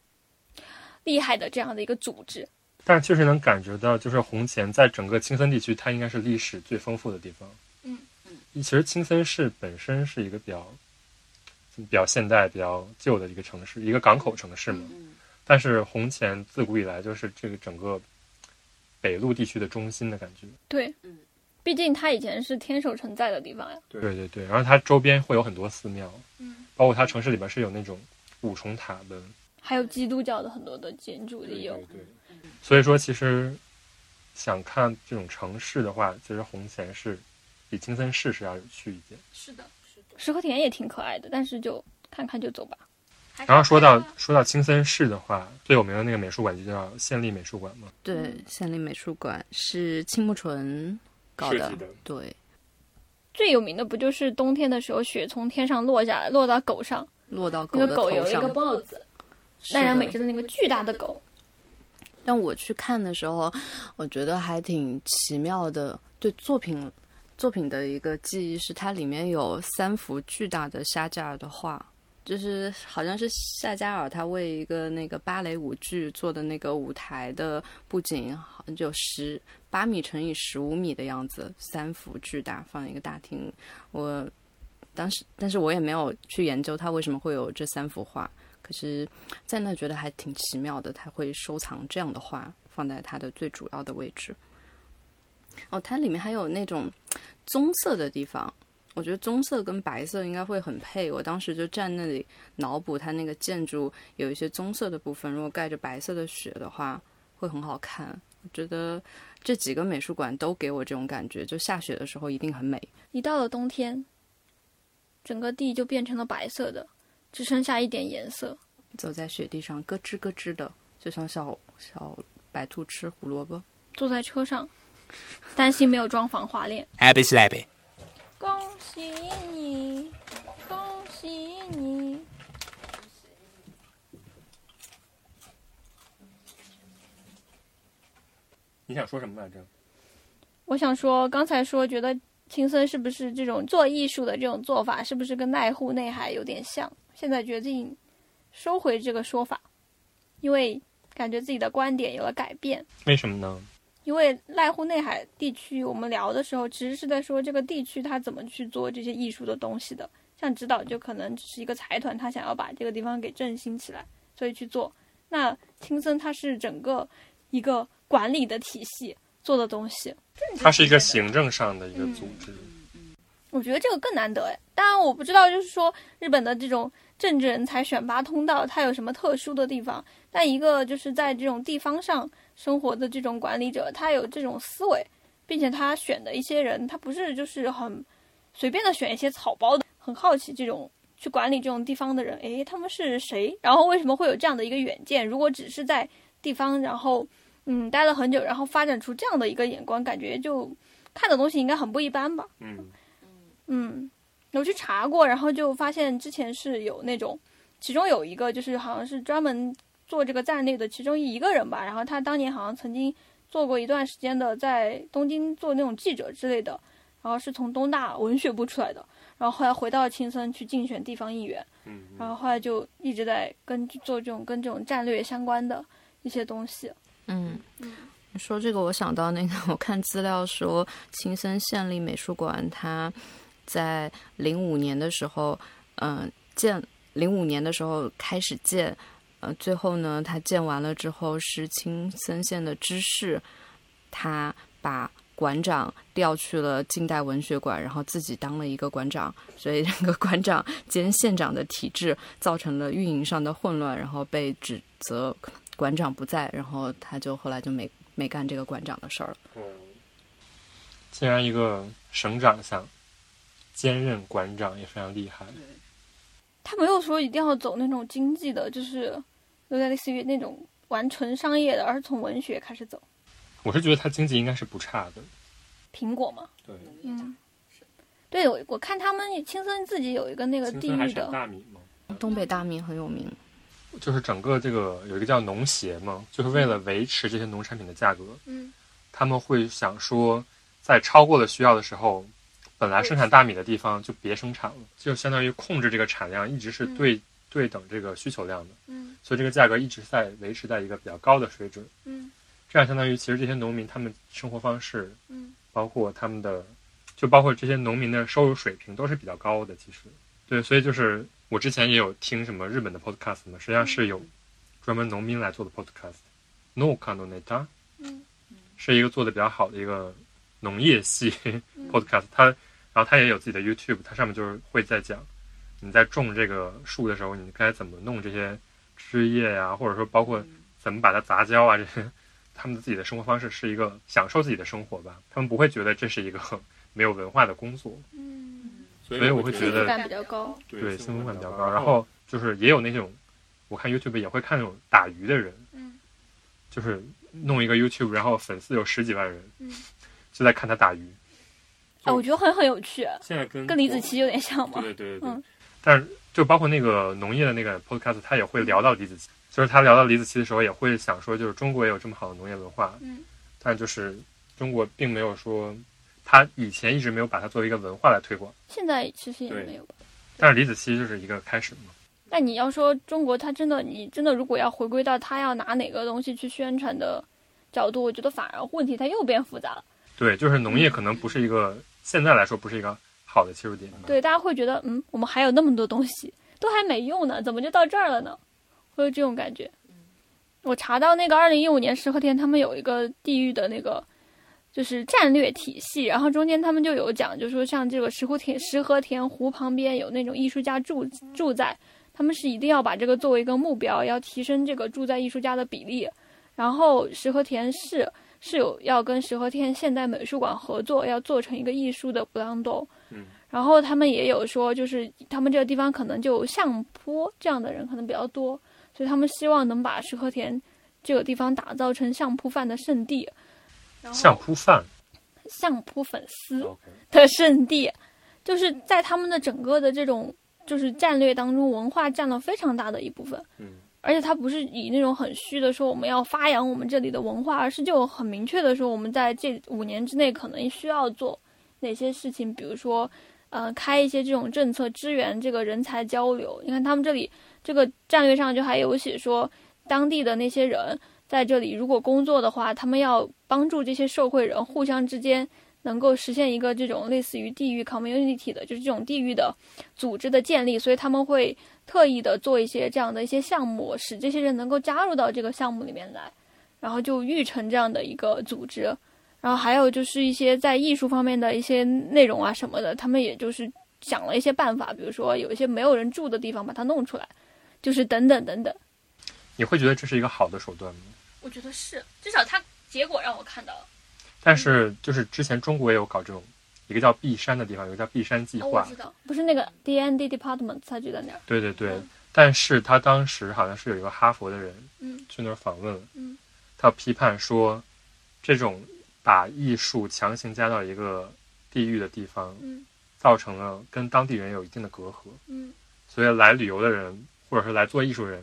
S1: 厉害的这样的一个组织。
S4: 但确实能感觉到，就是红前在整个青森地区，它应该是历史最丰富的地方。
S1: 嗯
S4: 嗯，其实青森市本身是一个比较比较现代、比较旧的一个城市，一个港口城市嘛。但是红前自古以来就是这个整个北陆地区的中心的感觉。
S1: 对，
S6: 嗯
S1: 毕竟它以前是天守城在的地方啊呀。
S4: 对对对，然后它周边会有很多寺庙，
S1: 嗯，
S4: 包括它城市里边是有那种五重塔的。
S1: 还有基督教的很多的建筑也有。
S4: 对。所以说，其实想看这种城市的话，其实红前是比青森市是要有趣一点。
S1: 是的，是的。石和田也挺可爱的，但是就看看就走吧。
S4: 然后说到说到青森市的话，最有名的那个美术馆就叫县立美术馆嘛。
S3: 对，县立美术馆是青木纯搞
S4: 设
S3: 的
S4: 计的，
S3: 对，
S1: 最有名的不就是冬天的时候雪从天上落下来，落到狗上，
S3: 落到狗
S1: 那
S3: 的
S1: 个
S3: 头
S1: 狗有一
S3: 上
S1: 个。豹子，
S3: 是
S1: 奈良美
S3: 的
S1: 智的那个巨大的狗。
S3: 但我去看的时候，我觉得还挺奇妙的。对作品，作品的一个记忆是它里面有三幅巨大的沙加尔的画，就是好像是夏加尔他为一个那个芭蕾舞剧做的那个舞台的布景，好像就十八米乘以十五米的样子，三幅巨大放在一个大厅。我当时，但是我也没有去研究它为什么会有这三幅画。可是，在那觉得还挺奇妙的，他会收藏这样的画放在他的最主要的位置。哦，它里面还有那种棕色的地方，我觉得棕色跟白色应该会很配。我当时就站那里脑补它那个建筑有一些棕色的部分，如果盖着白色的雪的话，会很好看。我觉得这几个美术馆都给我这种感觉，就下雪的时候一定很美。
S1: 一到了冬天，整个地就变成了白色的，只剩下一点颜色。
S3: 走在雪地上咯吱咯吱的，就像小小白兔吃胡萝卜。
S1: 坐在车上，担心没有装防滑链。
S2: Abis Labby.
S1: 恭喜你，恭喜你！
S4: 你想说什么来着？
S1: 我想说，刚才说觉得青森是不是这种做艺术的这种做法，是不是跟濑户内海有点像？现在决定收回这个说法，因为感觉自己的观点有了改变。
S4: 为什么呢？
S1: 因为濑户内海地区，我们聊的时候其实是在说这个地区它怎么去做这些艺术的东西的。像指导就可能只是一个财团，他想要把这个地方给振兴起来，所以去做。那青森它是整个一个管理的体系做的东西，
S4: 它嗯是一嗯个行政上的一个组织。
S1: 我觉得这个更难得哎。当然，我不知道，就是说日本的这种政治人才选拔通道，它有什么特殊的地方？但一个就是在这种地方上生活的这种管理者，他有这种思维，并且他选的一些人，他不是就是很随便的选一些草包的。很好奇这种去管理这种地方的人，诶，他们是谁？然后为什么会有这样的一个远见？如果只是在地方，然后嗯待了很久，然后发展出这样的一个眼光，感觉就看的东西应该很不一般吧。
S4: 嗯，
S1: 嗯，我去查过，然后就发现之前是有那种，其中有一个就是好像是专门做这个站内的其中一个人吧，然后他当年好像曾经做过一段时间的在东京做那种记者之类的，然后是从东大文学部出来的，然后后来回到青森去竞选地方议员，
S4: 嗯嗯
S1: 然后后来就一直在跟做这种跟这种战略相关的一些东西，
S3: 嗯，你说这个，我想到那个，我看资料说，青森县立美术馆它在零五年的时候，嗯、建零五年的时候开始建，呃，最后呢，它建完了之后是青森县的知事，他把馆长调去了近代文学馆，然后自己当了一个馆长，所以这个馆长 兼县长的体制造成了运营上的混乱，然后被指责馆长不在，然后他就后来就没没干这个馆长的事儿了。
S4: 哦竟然一个省长想兼任馆长，也非常厉害。
S1: 他没有说一定要走那种经济的，就是有点类似于那种完纯商业的，而是从文学开始走。
S4: 我是觉得他经济应该是不差的。
S1: 苹果嘛，
S4: 对，
S1: 嗯，对我我看他们青森自己有一个那个呃地域的，
S4: 大米吗？
S3: 东北大名很有名，
S4: 就是整个这个有一个叫农协嘛，就是为了维持这些农产品的价格，
S1: 嗯，
S4: 他们会想说，在超过了需要的时候，本来生产大米的地方就别生产了，就相当于控制这个产量一直是对、对等这个需求量的，
S1: 嗯
S4: 所以这个价格一直在维持在一个比较高的水准。
S1: 嗯
S4: 这样相当于其实这些农民他们生活方式，
S1: 嗯，
S4: 包括他们的，就包括这些农民的收入水平都是比较高的。其实，对，所以就是我之前也有听什么日本的 podcast 嘛，实际上是有专门农民来做的 podcast。No k a n o n e t a
S1: 嗯，
S4: 是一个做的比较好的一个农业系 podcast，它然后它也有自己的 YouTube，它上面就是会在讲你在种这个树的时候，你该怎么弄这些枝叶呀、或者说包括怎么把它杂交啊这些。他们自己的生活方式是一个享受自己的生活吧，他们不会觉得这是一个 没有文化的工作，
S5: 所
S4: 所以我会嗯觉
S1: 幸
S4: 得
S1: 福感比较高，
S4: 对，幸
S5: 幸
S4: 福感
S5: 福感
S4: 比
S5: 比
S4: 较
S5: 较
S4: 高。哦
S5: 高。
S4: 然后就是也有那种，我看 YouTube 也会看那种打鱼的人，
S1: 嗯
S4: 就是弄一个 YouTube，然后粉丝有十几万人，
S1: 嗯
S4: 就在看他打鱼。
S1: 哎，我觉得很很有趣，
S5: 现在跟
S1: 跟李子柒有点像嘛，
S5: 对对对对
S1: 嗯
S4: 但是就包括那个农业的那个 Podcast，他也会聊到李子柒，就是他聊到李子柒的时候，也会想说，就是中国也有这么好的农业文化，
S1: 嗯，
S4: 但就是中国并没有说，他以前一直没有把它作为一个文化来推广，
S1: 现在其实也
S5: 对
S1: 没有吧。
S4: 但是李子柒就是一个开始嘛。
S1: 但你要说中国，它真的，你真的如果要回归到它要拿哪个东西去宣传的角度，我觉得反而问题它又变复杂了。
S4: 对，就是农业可能不是一个现在来说不是一个好的切入点。
S1: 对，大家会觉得，嗯，我们还有那么多东西都还没用呢，怎么就到这儿了呢？会有这种感觉。我查到那个二零一五年石和田他们有一个地域的那个就是战略体系，然后中间他们就有讲，就说像这个石湖田石和田湖旁边有那种艺术家住住在，他们是一定要把这个作为一个目标，要提升这个住在艺术家的比例。然后石和田市是有要跟石和田现代美术馆合作，要做成一个艺术的布朗洞。然后他们也有说，就是他们这个地方可能就相扑这样的人可能比较多，所以他们希望能把石和田这个地方打造成相扑饭的圣地，然后
S4: 相扑饭
S1: 相扑粉丝
S4: ，OK，
S1: 的圣地，就是在他们的整个的这种就是战略当中，文化占了非常大的一部分。
S4: 嗯，
S1: 而且它不是以那种很虚的说我们要发扬我们这里的文化，而是就很明确的说我们在这五年之内可能需要做哪些事情，比如说，呃，开一些这种政策支援这个人才交流。你看他们这里这个战略上就还有写说，当地的那些人在这里如果工作的话，他们要帮助这些受贿人互相之间能够实现一个这种类似于地域 community 的，就是这种地域的组织的建立，所以他们会特意的做一些这样的一些项目，使这些人能够加入到这个项目里面来，然后就育成这样的一个组织。然后还有就是一些在艺术方面的一些内容啊什么的，他们也就是想了一些办法，比如说有一些没有人住的地方把它弄出来，就是等等等等。
S4: 你会觉得这是一个好的手段吗？
S1: 我觉得是，至少它结果让我看到了。
S4: 但是就是之前中国也有搞这种，一个叫碧山的地方，有个叫碧山计
S1: 哦，我
S4: 划
S1: 知，道，不是那个 D N D Department，它就在那儿。
S4: 对对对
S1: 嗯。
S4: 但是他当时好像是有一个哈佛的人
S1: 嗯
S4: 去那儿访问了，
S1: 嗯
S4: 他批判说，这种把艺术强行加到一个地域的地方，
S1: 嗯
S4: 造成了跟当地人有一定的隔阂，
S1: 嗯，
S4: 所以来旅游的人或者是来做艺术的人，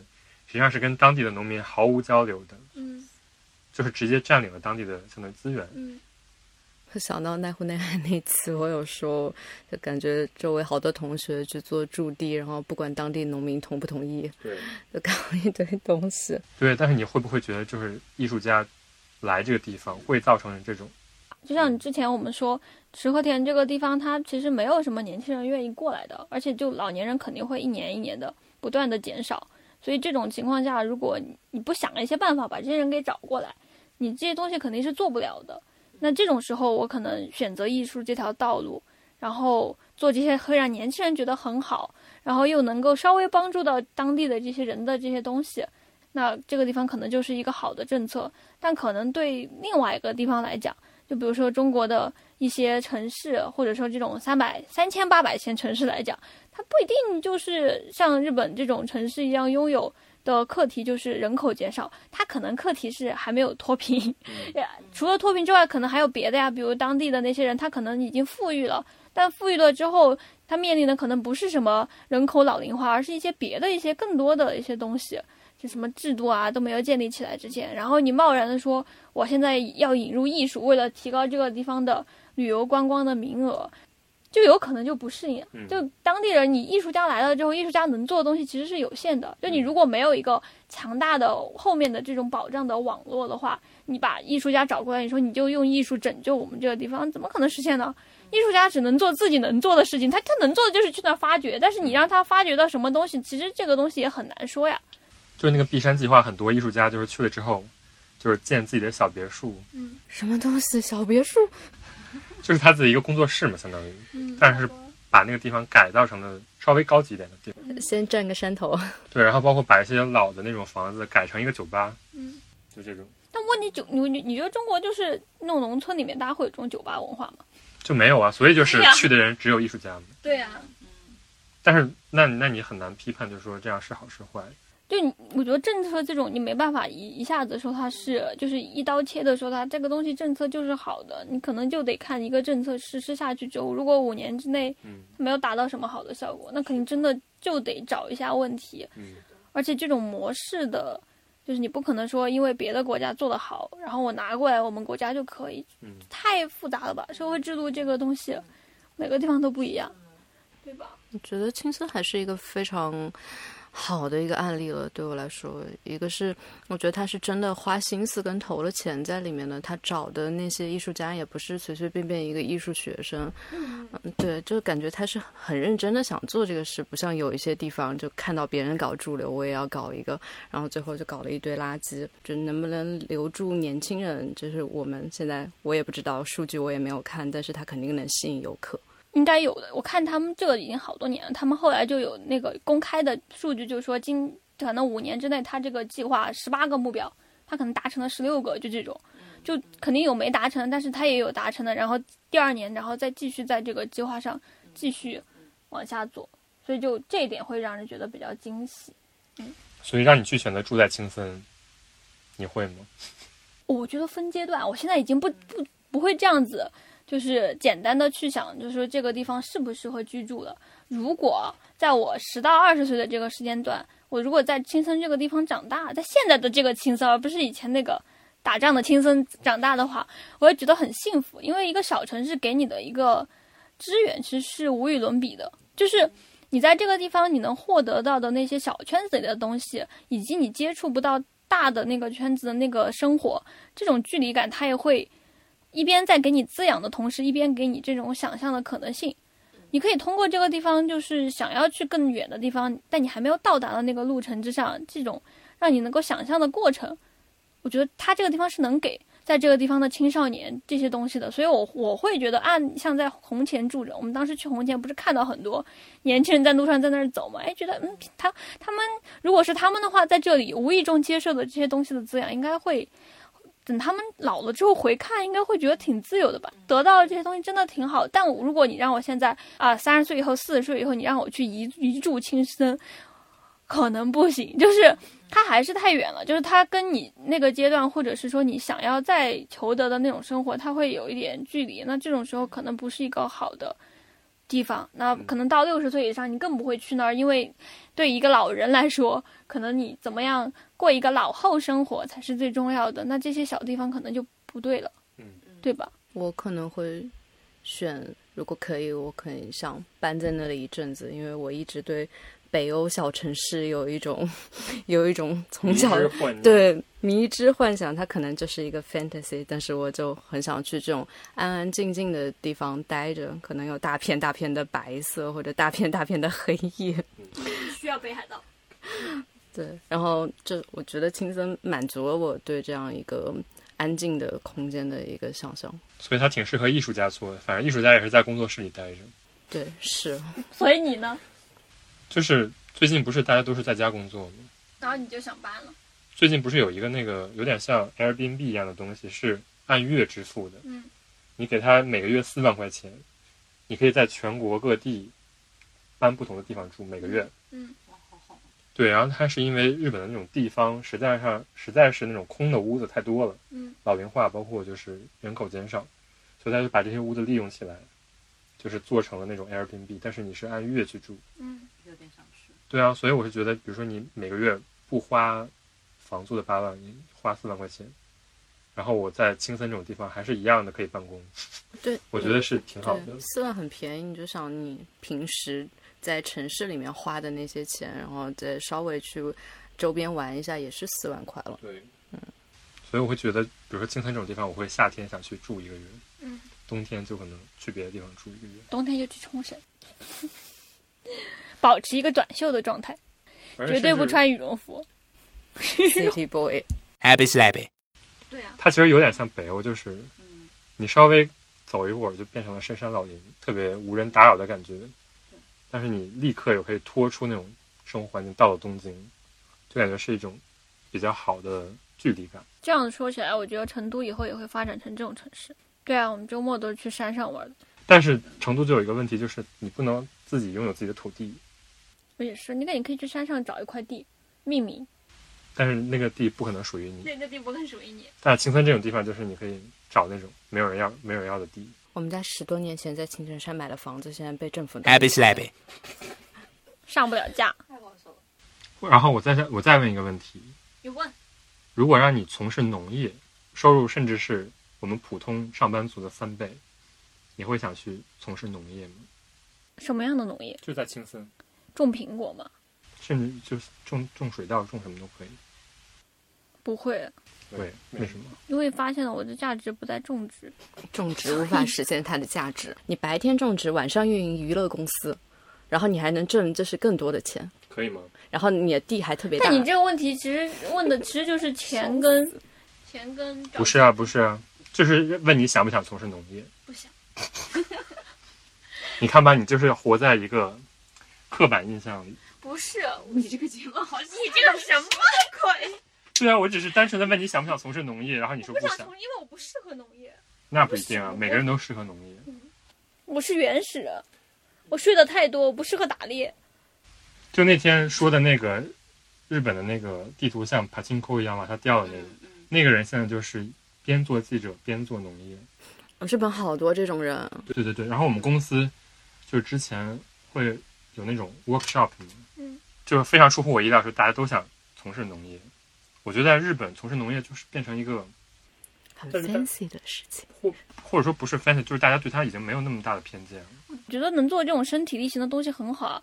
S4: 实际上是跟当地的农民毫无交流的，
S1: 嗯
S4: 就是直接占领了当地的相当于资源。
S1: 嗯
S3: 我想到奈湖内海那次，我有时候就感觉周围好多同学去做驻地，然后不管当地农民同不同意，
S4: 对
S3: 就搞一堆东西。
S4: 对，但是你会不会觉得，就是艺术家来这个地方会造成这种？
S1: 就像之前我们说，池和田这个地方，它其实没有什么年轻人愿意过来的，而且就老年人肯定会一年一年的不断的减少。所以这种情况下，如果你你不想一些办法把这些人给找过来，你这些东西肯定是做不了的。那这种时候，我可能选择艺术这条道路，然后做这些会让年轻人觉得很好，然后又能够稍微帮助到当地的这些人的这些东西，那这个地方可能就是一个好的政策。但可能对另外一个地方来讲，就比如说中国的一些城市，或者说这种三百三千八百线城市来讲，它不一定就是像日本这种城市一样拥有的课题就是人口减少，它可能课题是还没有脱贫。也除了脱贫之外，可能还有别的呀，比如当地的那些人，他可能已经富裕了，但富裕了之后，他面临的可能不是什么人口老龄化，而是一些别的一些更多的一些东西。就什么制度啊都没有建立起来之前，然后你贸然的说我现在要引入艺术，为了提高这个地方的旅游观光的名额，就有可能就不适应。
S4: 嗯
S1: 就当地人，你艺术家来了之后，艺术家能做的东西其实是有限的。就你
S4: 嗯
S1: 如果没有一个强大的后面的这种保障的网络的话，你把艺术家找过来，你说你就用艺术拯救我们这个地方，怎么可能实现呢？艺术家只能做自己能做的事情，他他能做的就是去那儿发掘，但是
S4: 嗯
S1: 你让他发掘到什么东西，其实这个东西也很难说呀。
S4: 就是那个碧山计划，很多艺术家就是去了之后，就是建自己的小别墅，
S3: 什么东西？小别墅？
S4: 就是他自己一个工作室嘛，相当于，
S1: 嗯
S4: 但是把那个地方改造成了稍微高级一点的地方。
S3: 先占个山头。
S4: 对，然后包括把一些老的那种房子改成一个酒吧，
S1: 嗯，
S4: 就这种
S1: 但问题酒，你你你觉得中国就是那种农村里面，大家会有这种酒吧文化吗？
S4: 就没有啊。所以就是
S1: 对呀
S4: 去的人只有艺术家嘛。
S1: 对呀、
S4: 但是那那你很难批判，就是说这样是好是坏。
S1: 就你，我觉得政策这种你没办法一一下子说它是，就是一刀切的说它这个东西政策就是好的，你可能就得看一个政策实施下去之后，如果五年之内
S4: 嗯
S1: 没有达到什么好的效果，那肯定真的就得找一下问题。
S4: 嗯，
S1: 而且这种模式的，就是你不可能说因为别的国家做得好，然后我拿过来我们国家就可以，
S4: 嗯
S1: 太复杂了吧？社会制度这个东西，每个地方都不一样，对吧？
S3: 我觉得青森还是一个非常好的一个案例了，对我来说，一个是我觉得他是真的花心思跟投了钱在里面的，他找的那些艺术家也不是随随便便一个艺术学生，嗯，对，就感觉他是很认真的想做这个事，不像有一些地方就看到别人搞主流，我也要搞一个，然后最后就搞了一堆垃圾，就能不能留住年轻人，就是我们现在我也不知道，数据我也没有看，但是他肯定能吸引游客。
S1: 应该有的。我看他们这个已经好多年了，他们后来就有那个公开的数据，就是说今可能五年之内，他这个计划十八个目标，他可能达成了十六个，就这种，就肯定有没达成，但是他也有达成的。然后第二年，然后再继续在这个计划上继续往下做，所以就这一点会让人觉得比较惊喜。
S4: 所以让你去选择住在青森，你会吗？
S1: 我觉得分阶段，我现在已经不不不会这样子，就是简单的去想，就是说这个地方适不适合居住了。如果在我十到二十岁的这个时间段，我如果在青森这个地方长大，在现在的这个青森，而不是以前那个打仗的青森长大的话，我会觉得很幸福，因为一个小城市给你的一个资源其实是无与伦比的，就是。你在这个地方，你能获得到的那些小圈子里的东西，以及你接触不到大大的那个圈子的那个生活，这种距离感，它也会一边在给你滋养的同时，一边给你这种想象的可能性。你可以通过这个地方，就是想要去更远的地方，但你还没有到达的那个路程之上，这种让你能够想象的过程，我觉得它这个地方是能给在这个地方的青少年这些东西的。所以我我会觉得啊，像在红前住着，我们当时去红前不是看到很多年轻人在路上在那儿走嘛？哎，觉得嗯，他他们如果是他们的话，在这里无意中接受的这些东西的滋养，应该会等他们老了之后回看，应该会觉得挺自由的吧？得到的这些东西真的挺好。但我如果你让我现在啊，三、十岁以后、四十岁以后，你让我去一一柱青森，可能不行，就是它还是太远了。就是它跟你那个阶段，或者是说你想要再求得的那种生活，它会有一点距离。那这种时候可能不是一个好的。地方，那可能到六十岁以上，你更不会去那儿，因为对一个老人来说，可能你怎么样过一个老后生活才是最重要的。那这些小地方可能就不对了，
S4: 嗯，
S1: 对吧？
S3: 我可能会选，如果可以，我可能想搬在那里一阵子，因为我一直对北欧小城市有一种有一种从小
S4: 迷之混
S3: 对迷之幻想，它可能就是一个 fantasy，但是我就很想去这种安安静静的地方待着，可能有大片大片的白色或者大片大片的黑夜。
S1: 需要北海道。
S3: 对，然后这我觉得青森满足了我对这样一个安静的空间的一个想象。
S4: 所以它挺适合艺术家做的。反正艺术家也是在工作室里待着。
S3: 对，是。
S1: 所以你呢？
S4: 就是最近不是大家都是在家工作吗？
S1: 然后你就想搬了。
S4: 最近不是有一个那个有点像 Airbnb 一样的东西，是按月支付的。
S1: 嗯，
S4: 你给他每个月四万块钱，你可以在全国各地搬不同的地方住，每个月。
S1: 嗯，
S4: 对，然后它是因为日本的那种地方实在上实在是那种空的屋子太多了，
S1: 嗯，
S4: 老龄化包括就是人口减少，所以他就把这些屋子利用起来，就是做成了那种 Airbnb，但是你是按月去住。
S1: 嗯，
S6: 有点想吃。
S4: 对啊，所以我是觉得，比如说你每个月不花房租的八万，你花四万块钱，然后我在青森这种地方还是一样的可以办公，
S3: 对，
S4: 我觉得是挺好的
S3: 对，。四万很便宜，你就想你平时在城市里面花的那些钱，然后再稍微去周边玩一下，也是四万块 了。
S4: 对，所以我会觉得，比如说青森这种地方，我会夏天想去住一个月，
S1: 嗯，
S4: 冬天就可能去别的地方住一个月。
S1: 冬天就去冲绳， 保持一个短袖的状态，
S4: 而且
S1: 绝对
S4: 甚
S1: 不
S4: 至。
S1: 穿羽绒服。
S3: City boy，
S2: Happy Slappy。
S1: 对啊，
S4: 它其实有点像北欧，就是
S6: 嗯，
S4: 你稍微走一会儿就变成了深山老林，特别无人打扰的感觉。但是你立刻又可以脱出那种生活环境，到了东京，就感觉是一种比较好的距离感。
S1: 这样说起来，我觉得成都以后也会发展成这种城市。对啊，我们周末都是去山上玩的。
S4: 但是成都就有一个问题，就是你不能自己拥有自己的土地，
S1: 我也是，你看，你可以去山上找一块地，命名
S4: 但是那个地不可能属于你。
S1: 那个地不更属于你。
S4: 但是青森这种地方，就是你可以找那种没有人要、没有人要的地。
S3: 我们在十多年前在青城山买的房子，现在被政府拿
S2: Happy Slappy。
S1: 上不了架。
S6: 太保守了。
S4: 然后我再我再问一个问题：
S1: 你问，
S4: 如果让你从事农业，收入甚至是我们普通上班族的三倍，你会想去从事农业吗？
S1: 什么样的农业？
S4: 就在青森，
S1: 种苹果吗？
S4: 甚至就是种种水稻，种什么都可以。
S1: 不会，
S4: 对，为什么？
S1: 因为发现了我的价值不在种植。
S3: 种植无法实现它的价值。你白天种植，晚上运营娱乐公司，然后你还能挣就是更多的钱，
S4: 可以吗？
S3: 然后你的地还特别大
S1: 但。你这个问题其 实问的其实就是钱跟钱跟找
S4: 不是啊，不是啊，就是问你想不想从事农业。
S1: 不想。
S4: 你看吧，你就是活在一个刻板印象里。
S1: 不是啊
S6: 你这个节目好，
S1: 你这个什么鬼？
S4: 对啊，我只是单纯的问你想不想从事农业，然后你说
S1: 不想
S4: 想
S1: 从，，因为我不适合农业，
S4: 那不一定啊，每个人都适合农业。
S1: 我是原始人，我睡得太多，我不适合打猎。
S4: 就那天说的那个日本的那个地图像爬青扣一样往下掉的那个，那个人现在就是边做记者边做农业。
S3: 日本好多这种人，
S4: 对对对，然后我们公司就是之前会有那种 workshop，
S1: 嗯，
S4: 就是非常出乎我意料，是大家都想从事农业。我觉得在日本从事农业就是变成一个，
S3: 很
S4: 但是他
S3: fancy 的事情。
S4: 或或者说不是 fancy，就是大家对它已经没有那么大的偏见了。
S1: 我觉得能做这种身体力行的东西很好啊。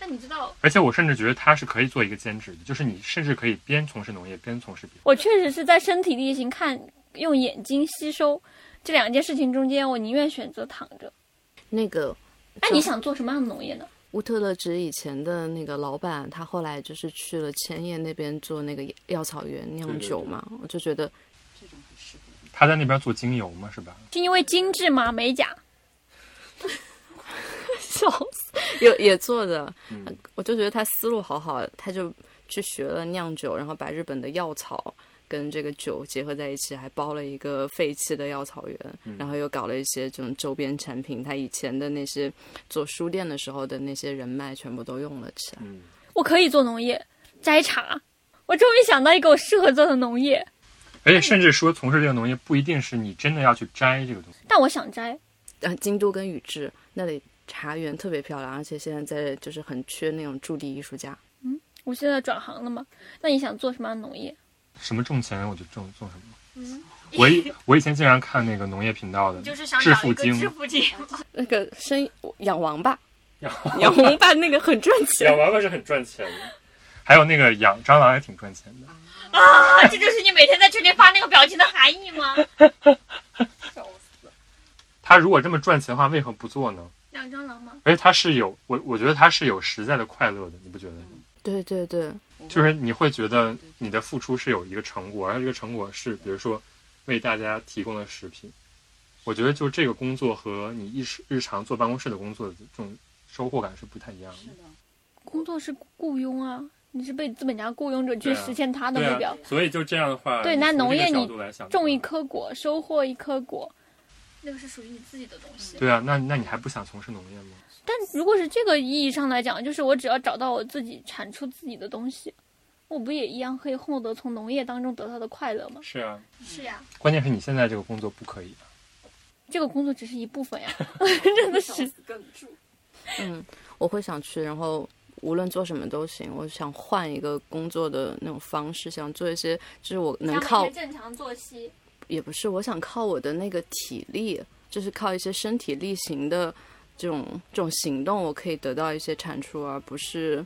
S1: 但你知道，
S4: 而且我甚至觉得它是可以做一个兼职的，就是你甚至可以边从事农业边从事别的。
S1: 我确实是在身体力行看，用眼睛吸收这两件事情中间，我宁愿选择躺着。
S3: 那个
S1: 那
S3: 就
S1: 你想做什么样的农业呢？
S3: 乌特勒支以前的那个老板，他后来就是去了千叶那边做那个药草园酿酒嘛，我就觉得
S6: 这种不适合。
S4: 他在那边做精油嘛，是吧？
S1: 是因为精致吗？美甲？
S3: 笑死，也也做的，
S4: 嗯
S3: 我就觉得他思路好好，他就去学了酿酒，然后把日本的药草跟这个酒结合在一起，还包了一个废弃的药草园，然后又搞了一些这种周边产品，他以前的那些做书店的时候的那些人脉全部都用了起来。
S4: 嗯，
S1: 我可以做农业，摘茶。我终于想到一个我适合做的农业，
S4: 而且甚至说从事这个农业不一定是你真的要去摘这个东西。
S1: 但我想摘。
S3: 呃，京都跟宇治那里茶园特别漂亮，而且现在在就是很缺那种驻地艺术家。
S1: 我现在转行了嘛？那你想做什么样的农业？
S4: 什么种钱我就种种什么。 我以我以前经常看那个农业频道的，
S1: 嗯就是想
S4: 致富经，
S1: 富经。
S3: 那个生养王八，养王八那个很赚钱。
S4: 娃娃是很赚钱的，还有那个养蟑螂也挺赚钱的。
S1: 啊，这就是你每天在群里发那个表情的含义吗？
S4: 他如果这么赚钱的话，为何不做呢？
S1: 养蟑螂吗？
S4: 而且他是有我，我觉得他是有实在的快乐的，你不觉得吗？
S3: 对对对，
S4: 就是你会觉得你的付出是有一个成果，而这个成果是比如说为大家提供了食品。我觉得就这个工作和你日日常做办公室的工作的这种收获感是不太一样的。
S6: 的，
S1: 工作是雇佣啊，你是被资本家雇佣者去
S4: 对啊啊
S1: 实现他的目标。
S4: 所以就这样的话
S1: 对你那从农这个业角你度
S4: 来想
S1: 种一颗果，收获一颗果，那个是属于你自己的东西。
S4: 对啊，那那你还不想从事农业吗？
S1: 但如果是这个意义上来讲，就是我只要找到我自己产出自己的东西，我不也一样可以获得从农业当中得到的快乐吗？
S4: 是啊，
S1: 是呀、
S4: 关键是你现在这个工作不可以啊。
S1: 这个工作只是一部分呀， 真的是。
S6: 梗住。
S3: 嗯，我会想去，然后无论做什么都行。我想换一个工作的那种方式，想做一些就是我能靠，
S1: 正常作息，
S3: 也不是，我想靠我的那个体力，就是靠一些身体力行的这种这种行动，我可以得到一些产出，而不是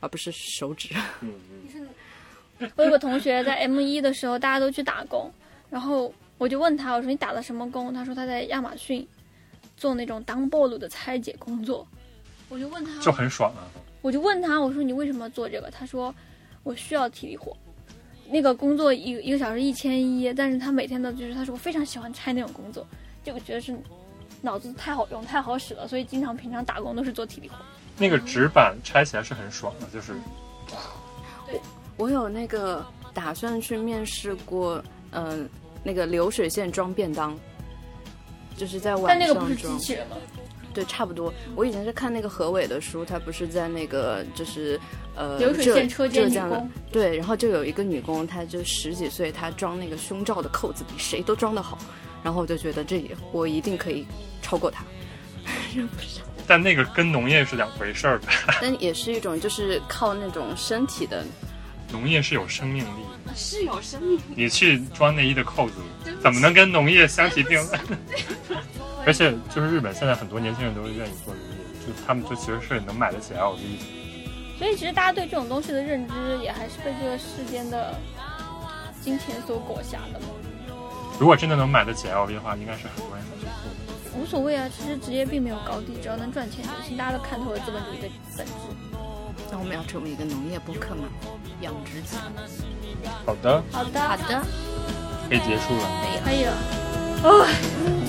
S3: 而不是手指。
S4: 嗯嗯，
S1: 我有个同学在 M 一的时候，大家都去打工，然后我就问他，我说你打的什么工？他说他在亚马逊做那种 downball 的拆解工作。我就问他，
S4: 就很爽啊。
S1: 我就问他，我说你为什么做这个？他说我需要体力活。那个工作一一个小时一千一，但是他每天都就是他说我非常喜欢拆那种工作，就我觉得是脑子太好用太好使了，所以经常平常打工都是做体力活。
S4: 那个纸板拆起来是很爽的，就是
S3: 我有那个打算去面试过，嗯、那个流水线装便当，就是在晚
S1: 但
S3: 上装。
S1: 那个不是机器人吗？
S3: 对，差不多。我以前是看那个何伟的书，他不是在那个就是呃
S1: 流水
S3: 浙
S1: 线车间
S3: 浙
S1: 女
S3: 江的
S1: 工
S3: 对，然后就有一个女工，她就十几岁，她装那个胸罩的扣子比谁都装得好，然后我就觉得这也我一定可以超 过她，
S4: 但那个跟农业是两回事儿吧？
S3: 但也是一种就是靠那种身体的，
S4: 农业是有生命力的，
S6: 是有生命力。
S4: 你去装内衣的扣子，怎么能跟农业相提并论？ 而且就是日本现在很多年轻人都是愿意做农业，就他们就其实是能买得起 LV 的。
S1: 所以其实大家对这种东西的认知也还是被这个世间的金钱所裹挟的嘛，
S4: 如果真的能买得起 LV 的话，应该是很多人想去做的。
S1: 无所谓啊。其实职业并没有高低，只要能赚钱就行。大家都看透了资本主义的本质。
S3: 那我们要成为一个农业播客嘛，养殖家。
S4: 好的，
S1: 好的，好的，
S4: 可以结束了。
S1: 可以了。